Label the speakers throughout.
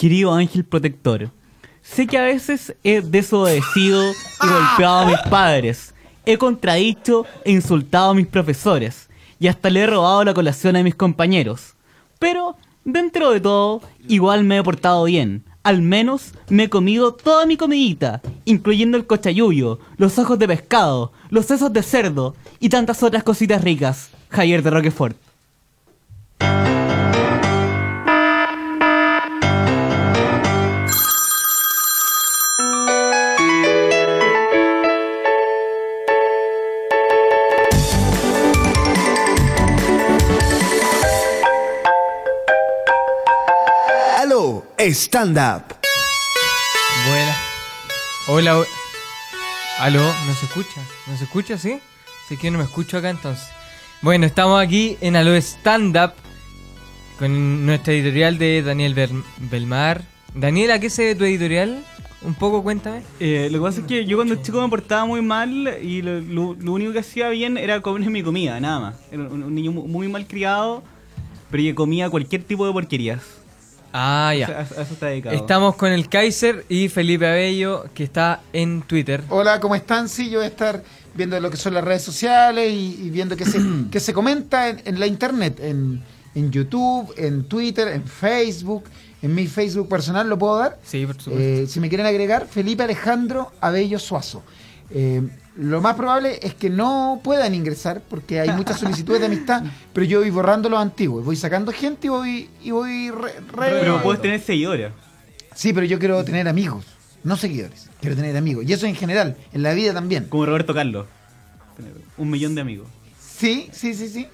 Speaker 1: Querido ángel protector, sé que a veces he desobedecido y golpeado a mis padres, he contradicho e insultado a mis profesores, y hasta le he robado la colación a mis compañeros. Pero, dentro de todo, igual me he portado bien. Al menos me he comido toda mi comidita, incluyendo el cochayuyo, los ojos de pescado, los sesos de cerdo y tantas otras cositas ricas. Javier de Roquefort.
Speaker 2: Aló, stand up.
Speaker 3: Buena. Hola. o- Aló, ¿no se escucha? ¿No se escucha, sí? Sé que no me escucho acá entonces. Bueno, estamos aquí en Aló Stand Up con nuestra editorial de Daniel Bel- Belmar. Daniel, ¿a qué se debe tu editorial? Un poco, cuéntame.
Speaker 1: Eh, lo que pasa es que yo cuando chico me portaba muy mal y lo, lo- lo único que hacía bien era comer mi comida, nada más. Era un, un niño mu- muy mal criado, pero que comía cualquier tipo de porquerías.
Speaker 3: Ah,
Speaker 1: O sea,
Speaker 3: ya.
Speaker 1: a, a eso está dedicado.
Speaker 3: Estamos con el Kaiser y Felipe Abello, que está en Twitter.
Speaker 4: Hola, ¿cómo están? Sí, yo voy a estar viendo lo que son las redes sociales y, y viendo qué se, qué se comenta en, en la internet, en, en YouTube, en Twitter, en Facebook, en mi Facebook personal, ¿lo puedo dar?
Speaker 3: Sí, por supuesto.
Speaker 4: Eh, si me quieren agregar, Felipe Alejandro Abello Suazo. Eh, lo más probable es que no puedan ingresar porque hay muchas solicitudes de amistad, pero yo voy borrando los antiguos, voy sacando gente y voy... Y voy re- re-
Speaker 1: pero puedes tener seguidores.
Speaker 4: Sí, pero yo quiero tener amigos, no seguidores, quiero tener amigos. Y eso en general, en la vida también.
Speaker 1: Como Roberto Carlos. Tener Un millón de amigos.
Speaker 4: Sí, sí, sí, sí.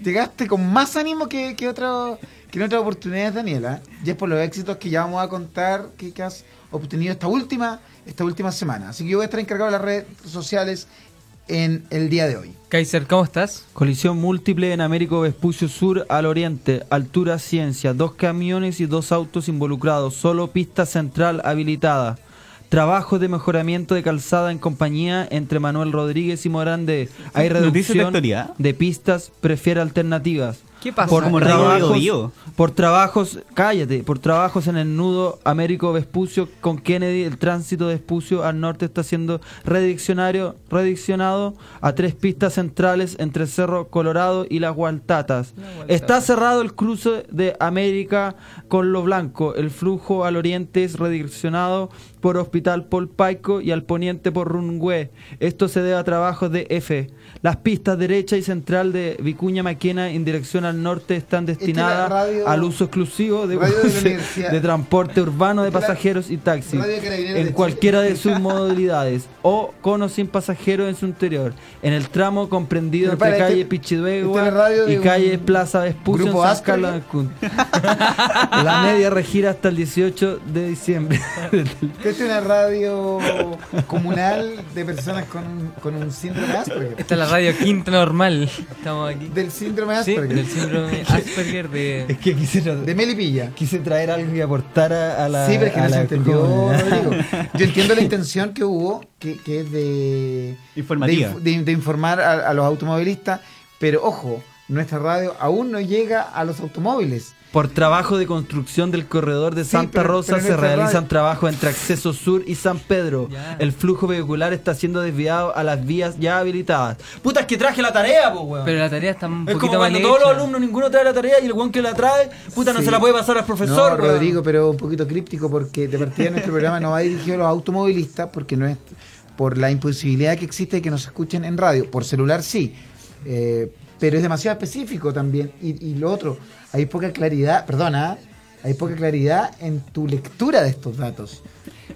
Speaker 4: Llegaste con más ánimo que, que, otro, que en otras oportunidades, Daniela. Y es por los éxitos que ya vamos a contar que, que has obtenido esta última, esta última semana. Así que yo voy a estar encargado de las redes sociales en el día de hoy.
Speaker 3: Kaiser, ¿cómo estás?
Speaker 5: Colisión múltiple en Américo Vespucio Sur al oriente, altura ciencia, dos camiones y dos autos involucrados, solo pista central habilitada. Trabajos de mejoramiento de calzada en compañía entre Manuel Rodríguez y Morande.
Speaker 1: Noticias de
Speaker 5: Hay reducción
Speaker 1: actualidad.
Speaker 5: de pistas, prefiere alternativas.
Speaker 3: ¿Qué pasa?
Speaker 5: Por
Speaker 1: Como radio
Speaker 5: trabajos,
Speaker 1: Bio Bio.
Speaker 5: por trabajos, cállate, por trabajos en el nudo Américo Vespucio con Kennedy, el tránsito de Vespucio al norte está siendo rediccionario, rediccionado a tres pistas centrales entre el Cerro Colorado y las Gualtatas. Está cerrado el cruce de América con Lo Blanco. El flujo al oriente es redireccionado por Hospital Polpaico y al poniente por Rungüe. Esto se debe a trabajos de F. Las pistas derecha y central de Vicuña Maquena en dirección al norte están
Speaker 4: que la
Speaker 5: destinadas
Speaker 4: radio-
Speaker 5: al uso exclusivo de
Speaker 4: radio de la
Speaker 5: buses
Speaker 4: universidad.
Speaker 5: de transporte urbano de
Speaker 4: Es que la-
Speaker 5: pasajeros y taxis
Speaker 4: Radio de Carabineros de
Speaker 5: en
Speaker 4: Chile.
Speaker 5: cualquiera de sus modalidades o con o sin pasajeros en su interior en el tramo
Speaker 4: Pero
Speaker 5: comprendido entre
Speaker 4: para, este-
Speaker 5: calle
Speaker 4: esta es la
Speaker 5: Pichidegua
Speaker 4: radio
Speaker 5: y
Speaker 4: de
Speaker 5: calle
Speaker 4: un
Speaker 5: Plaza Vespucio en
Speaker 4: grupo
Speaker 5: San
Speaker 4: Astor,
Speaker 5: Carlos
Speaker 4: ¿no?
Speaker 5: Ancud. La media regira hasta el 18 de diciembre.
Speaker 4: Que Esta es una radio comunal de personas con, un- con un síndrome de Asperger.
Speaker 3: Esta es la radio Quinta Normal. Estamos aquí.
Speaker 4: Del síndrome de
Speaker 3: Sí,
Speaker 4: Asperger.
Speaker 3: del síndrome Asperger de...
Speaker 5: es que quise, tra-
Speaker 4: De Melipilla.
Speaker 5: quise traer algo y aportar a, a la.
Speaker 4: sí, pero es que
Speaker 5: a
Speaker 4: no se
Speaker 5: la
Speaker 4: entendió,
Speaker 5: comunidad.
Speaker 4: Rodrigo. Yo entiendo la intención que hubo, que, que es de...
Speaker 1: Informativa.
Speaker 4: De, inf- de- de informar a, a los automovilistas, pero ojo, nuestra radio aún no llega a los automóviles.
Speaker 5: Por trabajo de construcción del corredor de
Speaker 4: Sí,
Speaker 5: Santa
Speaker 4: pero-
Speaker 5: Rosa
Speaker 4: pero
Speaker 5: se
Speaker 4: nuestra
Speaker 5: realizan
Speaker 4: radio-
Speaker 5: trabajos entre Acceso Sur y San Pedro.
Speaker 3: Ya.
Speaker 5: El flujo vehicular está siendo desviado a las vías ya habilitadas. Puta, es que traje la tarea, po, weón.
Speaker 3: Pero la tarea está un
Speaker 5: es
Speaker 3: poquito
Speaker 5: como
Speaker 3: mal
Speaker 5: cuando todos
Speaker 3: hecha.
Speaker 5: los alumnos, ninguno trae la tarea y el weón que la trae, puta, no
Speaker 4: Sí.
Speaker 5: se la puede pasar al profesor,
Speaker 4: No,
Speaker 5: weón.
Speaker 4: Rodrigo, pero un poquito críptico porque de partida nuestro programa no va dirigido a los automovilistas porque no es por la imposibilidad que existe de que nos escuchen en radio. Por celular sí, eh, pero es demasiado específico también. Y, y lo otro, hay poca claridad, perdona, ¿eh? hay poca claridad en tu lectura de estos datos.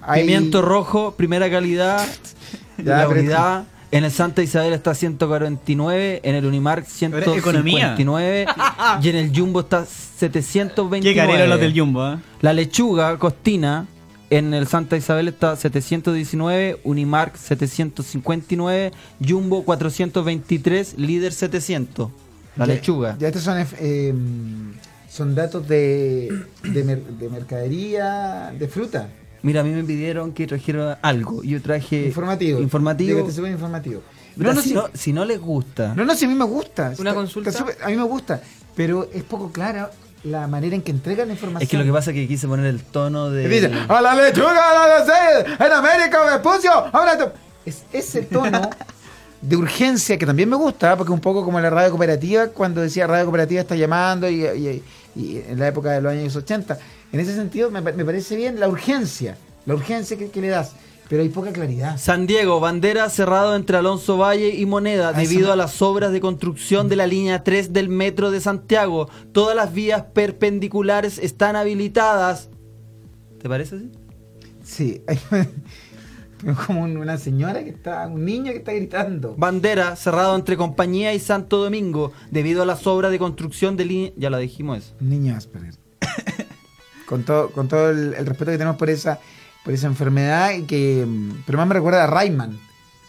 Speaker 4: Hay-
Speaker 5: Pimiento rojo, primera calidad,
Speaker 4: Ya,
Speaker 5: la
Speaker 4: pero-
Speaker 5: unidad. En el Santa Isabel está 149, en el Unimark
Speaker 1: es economía.
Speaker 5: 159 y en el Jumbo está 729.
Speaker 1: Qué careros los del Jumbo, ¿eh?
Speaker 5: La lechuga costina en el Santa Isabel está 719, Unimark 759, Jumbo 423, Líder 700. La
Speaker 4: Ya-
Speaker 5: lechuga.
Speaker 4: Ya estos son, ef- em, son datos de, de, mer- de mercadería, de fruta.
Speaker 5: Mira, a mí me pidieron que trajera algo. Yo traje
Speaker 4: Informativo.
Speaker 5: Informativo.
Speaker 4: Dígate, súper informativo.
Speaker 5: Puta,
Speaker 4: No, no,
Speaker 5: si,
Speaker 4: sí.
Speaker 5: no, si no les gusta.
Speaker 4: No, no, si a mí me gusta.
Speaker 3: ¿Una consulta?
Speaker 4: súper- a mí me gusta, pero es poco clara la manera en que entregan la información.
Speaker 5: Es que lo que pasa es que quise poner el tono de.
Speaker 4: Y dice, a la lechuga, a la sed, en América me puso, ahora te-". Es ese tono de urgencia que también me gusta, ¿eh? porque un poco como la radio cooperativa, cuando decía radio cooperativa está llamando y, y- y en la época de los años 80. En ese sentido me, pa- me parece bien la urgencia, la urgencia que, que le das, pero hay poca claridad.
Speaker 5: San Diego, bandera cerrado entre Alonso Valle y Moneda
Speaker 4: Ah,
Speaker 5: debido
Speaker 4: eso-
Speaker 5: a las obras de construcción de la línea 3 del metro de Santiago. Todas las vías perpendiculares están habilitadas. ¿Te parece así?
Speaker 4: Sí, hay como un- una señora que está, un niño que está gritando.
Speaker 5: Bandera cerrado entre Compañía y Santo Domingo debido a las obras de construcción de línea... Ya la dijimos eso.
Speaker 4: Un niño Asperger. con todo, con todo el, el respeto que tenemos por esa, por esa enfermedad, y que, mm, pero más me recuerda a Rayman.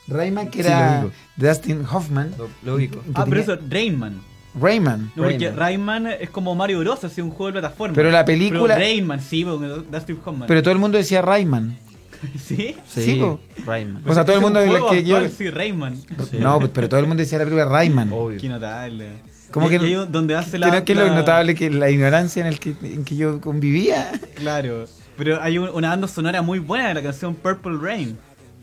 Speaker 4: Rayman que
Speaker 5: Sí,
Speaker 4: era
Speaker 5: lo ubico.
Speaker 4: de Dustin Hoffman.
Speaker 5: Lo, lo ubico.
Speaker 4: que
Speaker 1: Ah, pero
Speaker 4: tenía-
Speaker 1: eso, Rayman.
Speaker 4: Rayman.
Speaker 1: No, porque
Speaker 5: Rayman.
Speaker 1: Rayman es como Mario Bros, así un juego de plataforma.
Speaker 4: Pero la película-
Speaker 1: Pero Rayman, sí, porque Dustin Hoffman.
Speaker 4: Pero todo el mundo decía Rayman.
Speaker 1: ¿Sí?
Speaker 4: Sí, po.
Speaker 5: Rayman.
Speaker 4: O sea, todo el
Speaker 1: Es un
Speaker 4: mundo
Speaker 1: juego
Speaker 4: que yo-
Speaker 1: actual, Sí, Rayman.
Speaker 4: No, pues, pero todo el mundo decía la película Rayman.
Speaker 5: Obvio.
Speaker 1: Qué notable.
Speaker 4: Como
Speaker 1: Y-
Speaker 4: que-
Speaker 1: y ahí donde hace la.
Speaker 4: Que no- que lo
Speaker 1: la-
Speaker 4: notable que la ignorancia en, el que, en que yo convivía.
Speaker 1: Claro. Pero hay un- una banda sonora muy buena de la canción Purple Rain.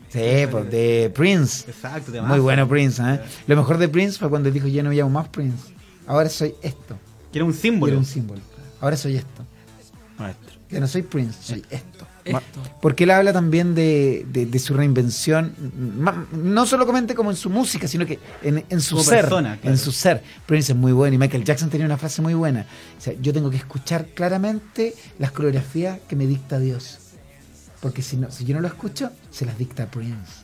Speaker 4: Sí, pues, de Prince.
Speaker 1: Exacto, de
Speaker 4: Muy bueno Prince, ¿eh? Lo mejor de Prince fue cuando dijo, yo no me llamo más Prince. Ahora soy esto.
Speaker 1: Que era un
Speaker 4: Y
Speaker 1: símbolo.
Speaker 4: Era un símbolo. Ahora soy esto.
Speaker 5: Maestro.
Speaker 4: Ya no soy Prince,
Speaker 1: Eh,
Speaker 4: soy esto.
Speaker 3: Esto.
Speaker 4: Porque él habla también de, de- de su reinvención, ma- no solamente como en su música, sino que en, en su
Speaker 1: Como
Speaker 4: ser.
Speaker 1: persona, claro.
Speaker 4: En su ser. Prince es muy bueno y Michael Jackson tenía una frase muy buena. O sea, yo tengo que escuchar claramente las coreografías que me dicta Dios. Porque si, no, si yo no lo escucho, se las dicta Prince.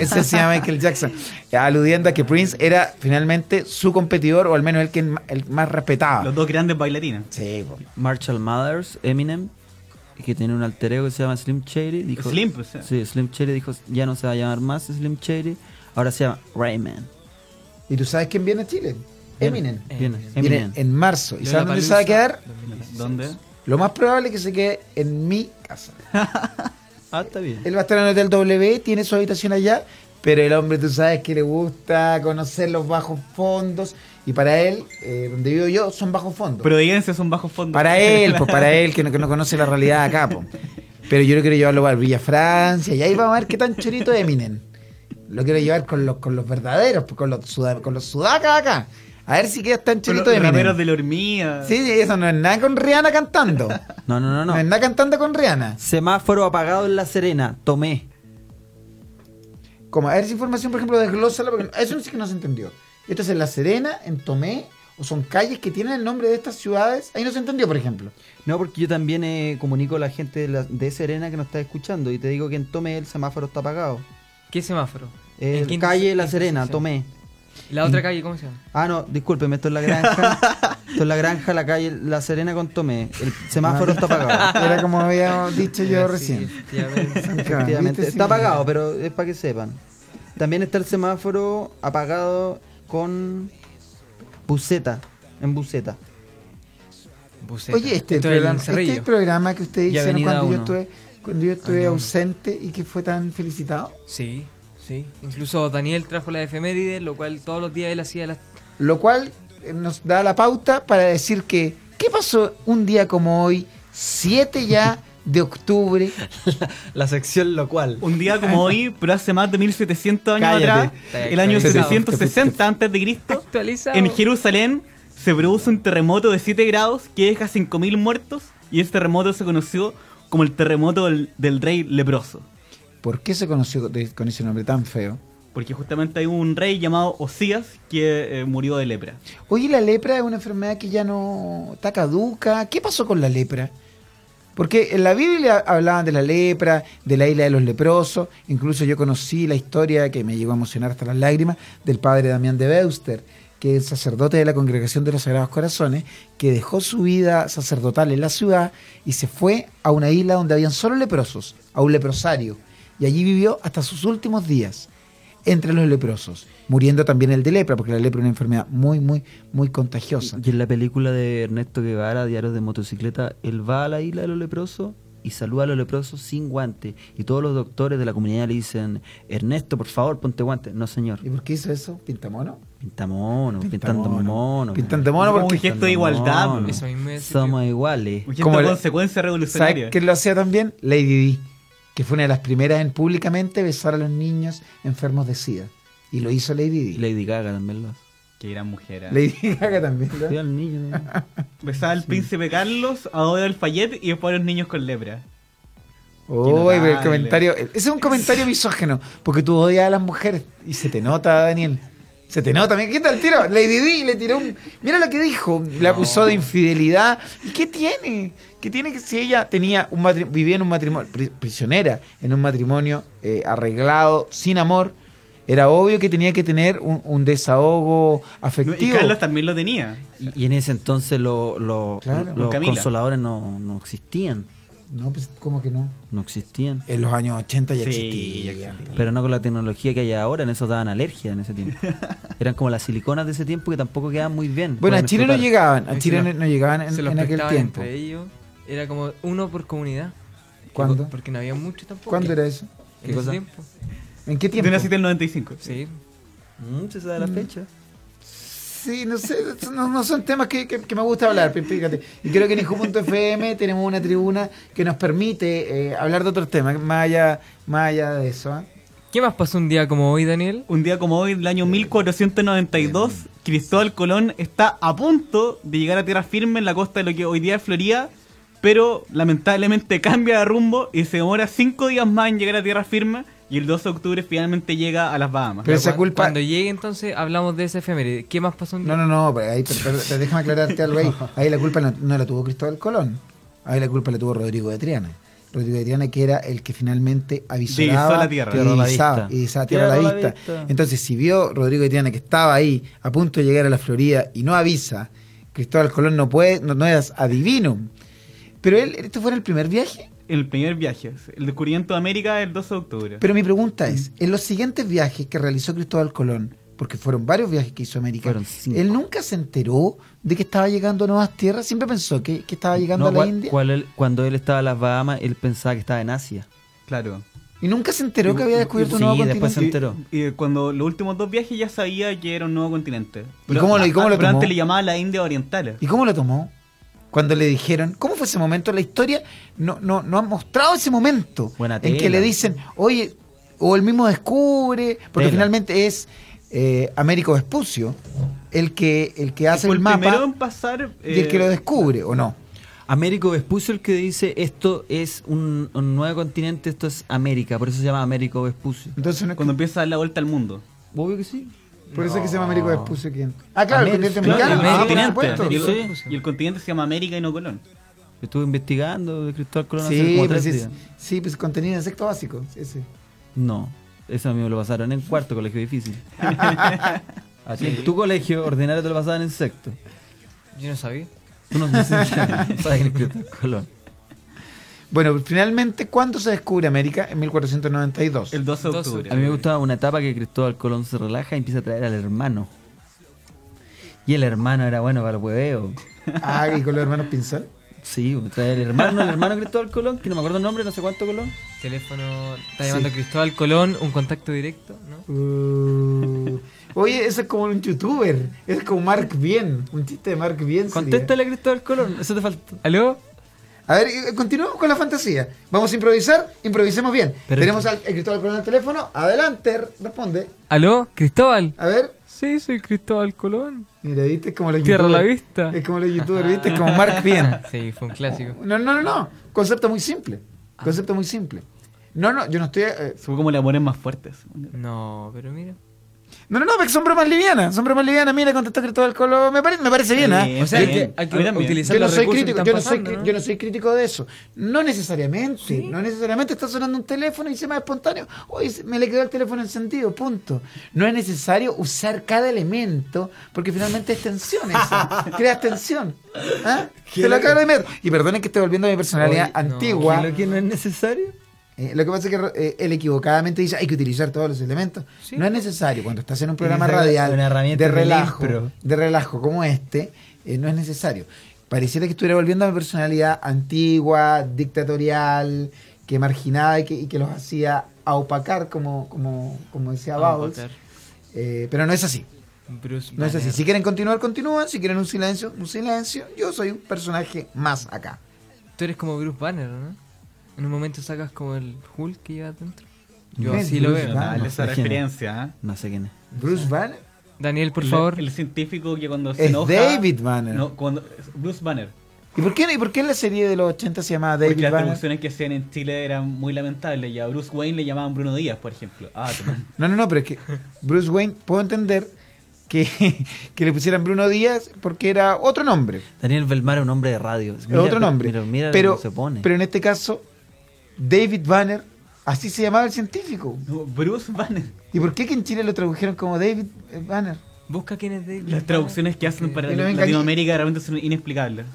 Speaker 4: Ese decía Michael Jackson, aludiendo a que Prince era finalmente su competidor, o al menos el que ma- el más respetaba.
Speaker 1: Los dos grandes bailarines.
Speaker 4: Sí, po.
Speaker 5: Marshall Mathers, Eminem, que tiene un alter ego que se llama Slim Shady. Dijo,
Speaker 1: Slim, o sea.
Speaker 5: Sí, Slim Shady dijo, ya no se va a llamar más Slim Shady, ahora se llama Rayman.
Speaker 4: ¿Y tú sabes quién viene a Chile? Eminem.
Speaker 5: Viene,
Speaker 4: Viene
Speaker 5: Eminem.
Speaker 4: en marzo. ¿Y
Speaker 3: Em, Lola
Speaker 4: sabes dónde se va a
Speaker 3: Palusa,
Speaker 4: quedar?
Speaker 3: 2016.
Speaker 1: ¿Dónde?
Speaker 4: Lo más probable es que se quede en mi casa.
Speaker 5: Ah, está bien.
Speaker 4: Él va a estar en el Hotel W, tiene su habitación allá, pero el hombre tú sabes que le gusta conocer los bajos fondos y para él, eh, donde vivo yo, son bajos fondos.
Speaker 1: Pero díganse, son bajos fondos.
Speaker 4: para él, pues para él que no, que no conoce la realidad acá. po. Pero yo lo quiero llevarlo a Villa Francia y ahí vamos a ver qué tan chorito es Eminem. Lo quiero llevar con los, con los verdaderos, pues, con los, suda- con los sudacas acá. A ver si queda tan
Speaker 1: Con los
Speaker 4: chorito de
Speaker 1: raperos
Speaker 4: Eminem.
Speaker 1: de la hormiga.
Speaker 4: Sí, sí, eso no es nada con Rihanna cantando.
Speaker 5: No, no, no,
Speaker 4: No es
Speaker 5: no.
Speaker 4: nada cantando con Rihanna.
Speaker 5: Semáforo apagado en La Serena, tomé.
Speaker 4: Como, a ver, esa información, por ejemplo, desglósala, porque eso sí que no se entendió. Esto es en La Serena, en Tomé, o son calles que tienen el nombre de estas ciudades. Ahí no se entendió, por ejemplo.
Speaker 5: No, porque yo también eh, comunico a la gente de, la- de Serena que nos está escuchando y te digo que en Tomé el semáforo está apagado.
Speaker 3: ¿Qué semáforo?
Speaker 5: Eh,
Speaker 3: ¿En qué
Speaker 5: calle La
Speaker 3: intersección?
Speaker 5: Serena, Tomé.
Speaker 3: La otra calle, ¿cómo se llama?
Speaker 5: Ah, no, discúlpeme, esto es la granja. esto es la granja, la calle La Serena con Tomé. El semáforo está apagado.
Speaker 4: Era como había dicho yo
Speaker 3: Eh, Sí,
Speaker 4: recién.
Speaker 3: efectivamente.
Speaker 5: Efectivamente.
Speaker 4: ¿Viste? Sí.
Speaker 5: Está apagado, pero es para que sepan. También está el semáforo apagado con buceta. En buceta.
Speaker 3: Buceta.
Speaker 4: Oye, este,
Speaker 3: Esto es en
Speaker 4: programa,
Speaker 3: Cerrillo.
Speaker 4: este programa que ustedes
Speaker 5: Y
Speaker 4: hicieron
Speaker 5: Avenida
Speaker 4: cuando yo,
Speaker 5: Uno.
Speaker 4: estuve, cuando yo estuve
Speaker 3: Avenida Uno.
Speaker 4: ausente y que fue tan felicitado,
Speaker 3: Sí, sí. Incluso Daniel trajo la efeméride, lo cual todos los días él hacía las...
Speaker 4: lo cual eh, nos da la pauta para decir que, ¿qué pasó un día como hoy, 7 ya de octubre?
Speaker 5: La sección lo cual.
Speaker 1: Un día como hoy, pero hace más de 1700 años
Speaker 5: Cállate.
Speaker 1: atrás, el año
Speaker 3: Actualizado.
Speaker 1: 760 antes de Cristo,
Speaker 3: Actualizado.
Speaker 1: en Jerusalén se produce un terremoto de 7 grados que deja 5000 muertos y ese terremoto se conoció como el terremoto del, del rey leproso,
Speaker 4: ¿Por qué se conoció de- con ese nombre tan feo?
Speaker 1: porque justamente hay un rey llamado Osías que eh, murió de lepra.
Speaker 4: Oye, la lepra es una enfermedad que ya no está caduca. ¿Qué pasó con la lepra? Porque en la Biblia hablaban de la lepra, de la isla de los leprosos. Incluso yo conocí la historia que me llegó a emocionar hasta las lágrimas del padre Damián de Beuster, que es sacerdote de la Congregación de los Sagrados Corazones, que dejó su vida sacerdotal en la ciudad y se fue a una isla donde habían solo leprosos, a un leprosario. Y allí vivió hasta sus últimos días entre los leprosos, muriendo también el de lepra, porque la lepra es una enfermedad muy, muy, muy contagiosa.
Speaker 5: Y en la película de Ernesto Guevara, Diarios de Motocicleta, él va a la isla de los leprosos y saluda a los leprosos sin guante. Y todos los doctores de la comunidad le dicen, Ernesto, por favor, ponte guante. No, señor.
Speaker 4: ¿Y por qué hizo eso? ¿Pintamono?
Speaker 5: Pintamono, pintando
Speaker 4: Pintamono.
Speaker 5: mono.
Speaker 4: Pintando mono
Speaker 1: Como un
Speaker 4: porque
Speaker 1: gesto de igualdad, pues.
Speaker 5: mono.
Speaker 1: po.
Speaker 3: Eso mismo es,
Speaker 5: Somos iguales.
Speaker 1: Un gesto
Speaker 4: Como
Speaker 1: de
Speaker 4: la-
Speaker 1: consecuencia
Speaker 4: ¿Sabes
Speaker 1: revolucionaria.
Speaker 4: quién lo hacía también? Lady Di, que fue una de las primeras en públicamente besar a los niños enfermos de SIDA. Y lo hizo Lady
Speaker 5: Y
Speaker 4: Di.
Speaker 5: Lady Gaga también lo hace.
Speaker 1: Que gran mujer. ¿eh?
Speaker 4: Lady Gaga también. ¿no?
Speaker 5: Cuidado al niño. ¿no?
Speaker 1: Besaba al príncipe Carlos, ahora al Fayette y después a los niños con lepra.
Speaker 4: Uy, pero el
Speaker 1: Notable.
Speaker 4: comentario. Ese es un comentario misógeno, porque tú odias a las mujeres. Y se te nota, Daniel. Se te nota. Mira, ¿Qué tal tiro? Lady Di le tiró un. Mira lo que dijo. La acusó de infidelidad. ¿Y qué tiene? ¿Qué tiene que si ella tenía un matri- vivía en un matrimonio. pri- prisionera, en un matrimonio eh, arreglado, sin amor. Era obvio que tenía que tener un, un desahogo
Speaker 1: Y
Speaker 4: afectivo.
Speaker 1: Carlos también lo tenía.
Speaker 5: Y, y en ese entonces lo- lo-
Speaker 4: Claro.
Speaker 5: los
Speaker 1: Con Camila.
Speaker 5: consoladores no, no existían.
Speaker 4: No, pues, ¿cómo que no?
Speaker 5: No existían.
Speaker 4: En los años 80 ya
Speaker 1: Sí,
Speaker 4: existía.
Speaker 1: ya
Speaker 5: Pero no con la tecnología que hay ahora, en eso daban alergia en ese tiempo. Eran como las siliconas de ese tiempo que tampoco quedaban muy bien.
Speaker 4: Bueno, a
Speaker 5: Podían
Speaker 4: Chile no
Speaker 5: explotar.
Speaker 4: llegaban. A
Speaker 3: Se
Speaker 4: Chile
Speaker 3: los-
Speaker 4: no llegaban
Speaker 3: se
Speaker 4: en,
Speaker 3: los
Speaker 4: en aquel
Speaker 3: pescaban
Speaker 4: tiempo.
Speaker 3: entre ellos. Era como uno por comunidad.
Speaker 4: ¿Cuándo?
Speaker 3: Porque no había mucho tampoco.
Speaker 4: ¿Cuándo era eso?
Speaker 3: ¿Qué
Speaker 5: cosa?
Speaker 3: tiempo?
Speaker 4: ¿En qué
Speaker 1: De
Speaker 4: tiempo?
Speaker 1: una cita del 95.
Speaker 3: Sí.
Speaker 5: Mm, se sabe la fecha.
Speaker 4: Sí, no sé, no, no son temas que, que- que me gusta hablar, pero fíjate. Y creo que en Hijo.fm tenemos una tribuna que nos permite eh, hablar de otros temas, más allá, más allá de eso. ¿ah?
Speaker 3: ¿Qué más pasó un día como hoy, Daniel?
Speaker 1: Un día como hoy, del año 1492, Cristóbal Colón está a punto de llegar a tierra firme en la costa de lo que hoy día es Florida, pero lamentablemente cambia de rumbo y se demora cinco días más en llegar a tierra firme y el 12 de octubre finalmente llega a las Bahamas.
Speaker 4: Pero esa
Speaker 3: cuan-
Speaker 4: culpa-
Speaker 3: Cuando llegue entonces hablamos de ese efeméride. ¿Qué más pasó un día?
Speaker 4: No, no, no, pero ahí, pero- pero- pero déjame aclararte algo ahí. Ahí la culpa no, no la tuvo Cristóbal Colón, ahí la culpa la tuvo Rodrigo de Triana. Rodrigo de Triana que era el que finalmente avisoraba
Speaker 1: Divisó la tierra.
Speaker 4: y
Speaker 5: Tierra a la
Speaker 4: divisaba-
Speaker 5: vista.
Speaker 4: y divisaba tierra a la,
Speaker 5: Tierra a la
Speaker 4: vista.
Speaker 5: vista.
Speaker 4: Entonces, si vio Rodrigo de Triana que estaba ahí a punto de llegar a la Florida y no avisa, Cristóbal Colón no puede, no, no es adivino. Pero él, esto fue en el primer viaje.
Speaker 1: El primer viaje, el descubrimiento de América el 12 de octubre.
Speaker 4: Pero mi pregunta es, en los siguientes viajes que realizó Cristóbal Colón, porque fueron varios viajes que hizo a América,
Speaker 5: Fueron cinco.
Speaker 4: él nunca se enteró de que estaba llegando a nuevas tierras, siempre pensó que, que estaba llegando
Speaker 5: No,
Speaker 4: a la
Speaker 5: cual-
Speaker 4: India
Speaker 5: cual él- cuando él estaba en las Bahamas, él pensaba que estaba en Asia.
Speaker 1: claro.
Speaker 4: y nunca se enteró que había descubierto un
Speaker 5: sí,
Speaker 4: nuevo
Speaker 5: después se
Speaker 4: continente.
Speaker 5: enteró.
Speaker 1: Y, y cuando los últimos dos viajes ya sabía que era un nuevo continente.
Speaker 4: cómo lo- y cómo lo
Speaker 1: pero antes
Speaker 4: tomó?
Speaker 1: le llamaba la India Oriental.
Speaker 4: ¿Y cómo lo tomó? Cuando le dijeron, ¿cómo fue ese momento? La historia no, no, no ha mostrado ese momento
Speaker 5: Buena
Speaker 4: en que le
Speaker 5: tela.
Speaker 4: dicen, oye, o el mismo descubre, porque
Speaker 5: Tela.
Speaker 4: finalmente es eh, Américo Vespucio el que, el que hace
Speaker 1: Fue
Speaker 4: el
Speaker 1: el
Speaker 4: mapa
Speaker 1: primero en pasar.
Speaker 4: y el
Speaker 1: eh,
Speaker 4: que lo descubre, ¿o no?
Speaker 5: Américo Vespucio el que dice esto es un, un nuevo continente, esto es América, por eso se llama Américo Vespucio.
Speaker 4: Entonces no es
Speaker 1: cuando empieza a dar la vuelta al mundo.
Speaker 5: Obvio que sí.
Speaker 4: Por eso es que se llama Américo Vespucio. ¿quién? Ah, claro, el
Speaker 5: Américo,
Speaker 4: continente
Speaker 5: claro,
Speaker 4: americano.
Speaker 5: el
Speaker 4: ah, por
Speaker 5: continente.
Speaker 4: supuesto.
Speaker 1: Y,
Speaker 5: Sí.
Speaker 1: el, pues. y el continente se llama América y no Colón.
Speaker 5: Yo estuve investigando de Cristóbal Colón hace
Speaker 4: Sí,
Speaker 5: como
Speaker 4: pues
Speaker 5: tres
Speaker 4: es-
Speaker 5: días.
Speaker 4: sí, pues contenido en sexto básico. Ese.
Speaker 5: No, eso a mí me lo pasaron en cuarto colegio difícil. A ti, en tu colegio ordinario te lo pasaban en sexto.
Speaker 3: Yo no sabía.
Speaker 5: Tú no sabes quién es Cristóbal Colón.
Speaker 4: Bueno, finalmente, ¿cuándo se descubre América? En 1492.
Speaker 1: El 12 de
Speaker 3: 12
Speaker 1: octubre.
Speaker 5: A mí me gustaba una etapa que Cristóbal Colón se relaja y empieza a traer al hermano. Y el hermano era bueno para el hueveo.
Speaker 4: Ah, y con los hermanos Pinzón.
Speaker 5: Sí, trae el hermano, el hermano Cristóbal Colón, que no me acuerdo el nombre, no sé cuánto Colón.
Speaker 3: Teléfono, está llamando Cristóbal Colón, un contacto directo, ¿no?
Speaker 4: Uh, oye, eso es como un youtuber. Es como Mark Bien. Un chiste de Mark Bien. sería.
Speaker 5: Contéstale a Cristóbal Colón, eso te faltó.
Speaker 3: ¿Aló?
Speaker 4: A ver, eh, continuamos con la fantasía. Vamos a improvisar, improvisemos bien.
Speaker 5: Pero-
Speaker 4: Tenemos al el Cristóbal Colón al teléfono. Adelante, responde.
Speaker 3: ¿Aló? ¿Cristóbal?
Speaker 4: A ver.
Speaker 3: Sí, soy Cristóbal Colón.
Speaker 4: Mira, viste, es como los
Speaker 3: Tierra a la
Speaker 4: youtubers.
Speaker 3: vista.
Speaker 4: Es como los youtubers, viste, es como Mark Bien.
Speaker 3: Ah, Sí, fue un clásico.
Speaker 4: No, no, no, no. Concepto muy simple. Concepto muy simple. No, no, yo no estoy. eh,
Speaker 1: Fue como la ponen más fuertes.
Speaker 3: No, pero mira.
Speaker 4: no, no, no, porque son bromas livianas. Son bromas livianas. Mira, contestó Cristóbal Colón. Me, pare- me parece bien, ¿ah?
Speaker 1: Bien, O sea,
Speaker 4: Yo-
Speaker 1: hay que- hay que utilizar
Speaker 4: yo no soy crítico, yo no soy, cri- yo no soy crítico de eso. No necesariamente, no necesariamente está sonando un teléfono y se me va espontáneo. Hoy me le quedó el teléfono encendido, punto. No es necesario usar cada elemento porque finalmente es tensión eso. Creas tensión. ¿Ah? Te lo acabo de meter. Y perdonen que estoy volviendo a mi personalidad
Speaker 3: Oye, no,
Speaker 4: antigua.
Speaker 5: Lo que no es necesario.
Speaker 4: Eh, lo que pasa es que eh, él equivocadamente dice hay que utilizar todos los elementos. No es necesario cuando estás en un programa
Speaker 5: Esa es
Speaker 4: radial
Speaker 5: una herramienta
Speaker 4: de
Speaker 5: del
Speaker 4: relajo,
Speaker 5: impro.
Speaker 4: de relajo como este, eh, no es necesario. Pareciera que estuviera volviendo a mi personalidad antigua, dictatorial, que marginaba y que, y que los hacía a opacar, como, como, como decía Bowles.
Speaker 3: Opacar.
Speaker 4: Eh, pero no es así.
Speaker 3: Bruce
Speaker 4: No es así.
Speaker 3: Banner.
Speaker 4: Si quieren continuar, continúan. Si quieren un silencio, un silencio. Yo soy un personaje más acá.
Speaker 3: Tú eres como Bruce Banner, ¿no? En un momento sacas como el Hulk que lleva adentro. Yo
Speaker 4: No,
Speaker 3: así lo
Speaker 4: Bruce
Speaker 3: veo.
Speaker 4: Banner.
Speaker 1: Dale esa
Speaker 5: no,
Speaker 1: referencia. ¿eh?
Speaker 5: No sé quién es.
Speaker 4: Bruce Banner
Speaker 3: Daniel, por
Speaker 1: El-
Speaker 3: favor.
Speaker 1: El científico que cuando se
Speaker 4: es
Speaker 1: enoja.
Speaker 4: David Banner.
Speaker 1: No, cuando, es Bruce Banner.
Speaker 4: ¿Y, por qué, ¿Y por qué en la serie de los 80 se llamaba David
Speaker 1: porque las
Speaker 4: Banner?
Speaker 1: traducciones que hacían en Chile eran muy lamentables. Y a Bruce Wayne le llamaban Bruno Díaz, por ejemplo. Ah, toma.
Speaker 4: No, no, no, pero es que Bruce Wayne, puedo entender que, que le pusieran Bruno Díaz porque era otro nombre.
Speaker 5: Daniel Belmar es un hombre de radio.
Speaker 4: Es
Speaker 5: Mira,
Speaker 4: otro nombre.
Speaker 5: Mira, mira lo
Speaker 4: pero,
Speaker 5: que se pone.
Speaker 4: pero en este caso, David Banner, así se llamaba el científico.
Speaker 1: No, Bruce Banner.
Speaker 4: ¿Y por qué que en Chile lo tradujeron como David eh, Banner?
Speaker 3: Busca quién es David.
Speaker 1: Las traducciones que hacen para
Speaker 4: Y no me engañé.
Speaker 1: Latinoamérica realmente son inexplicables.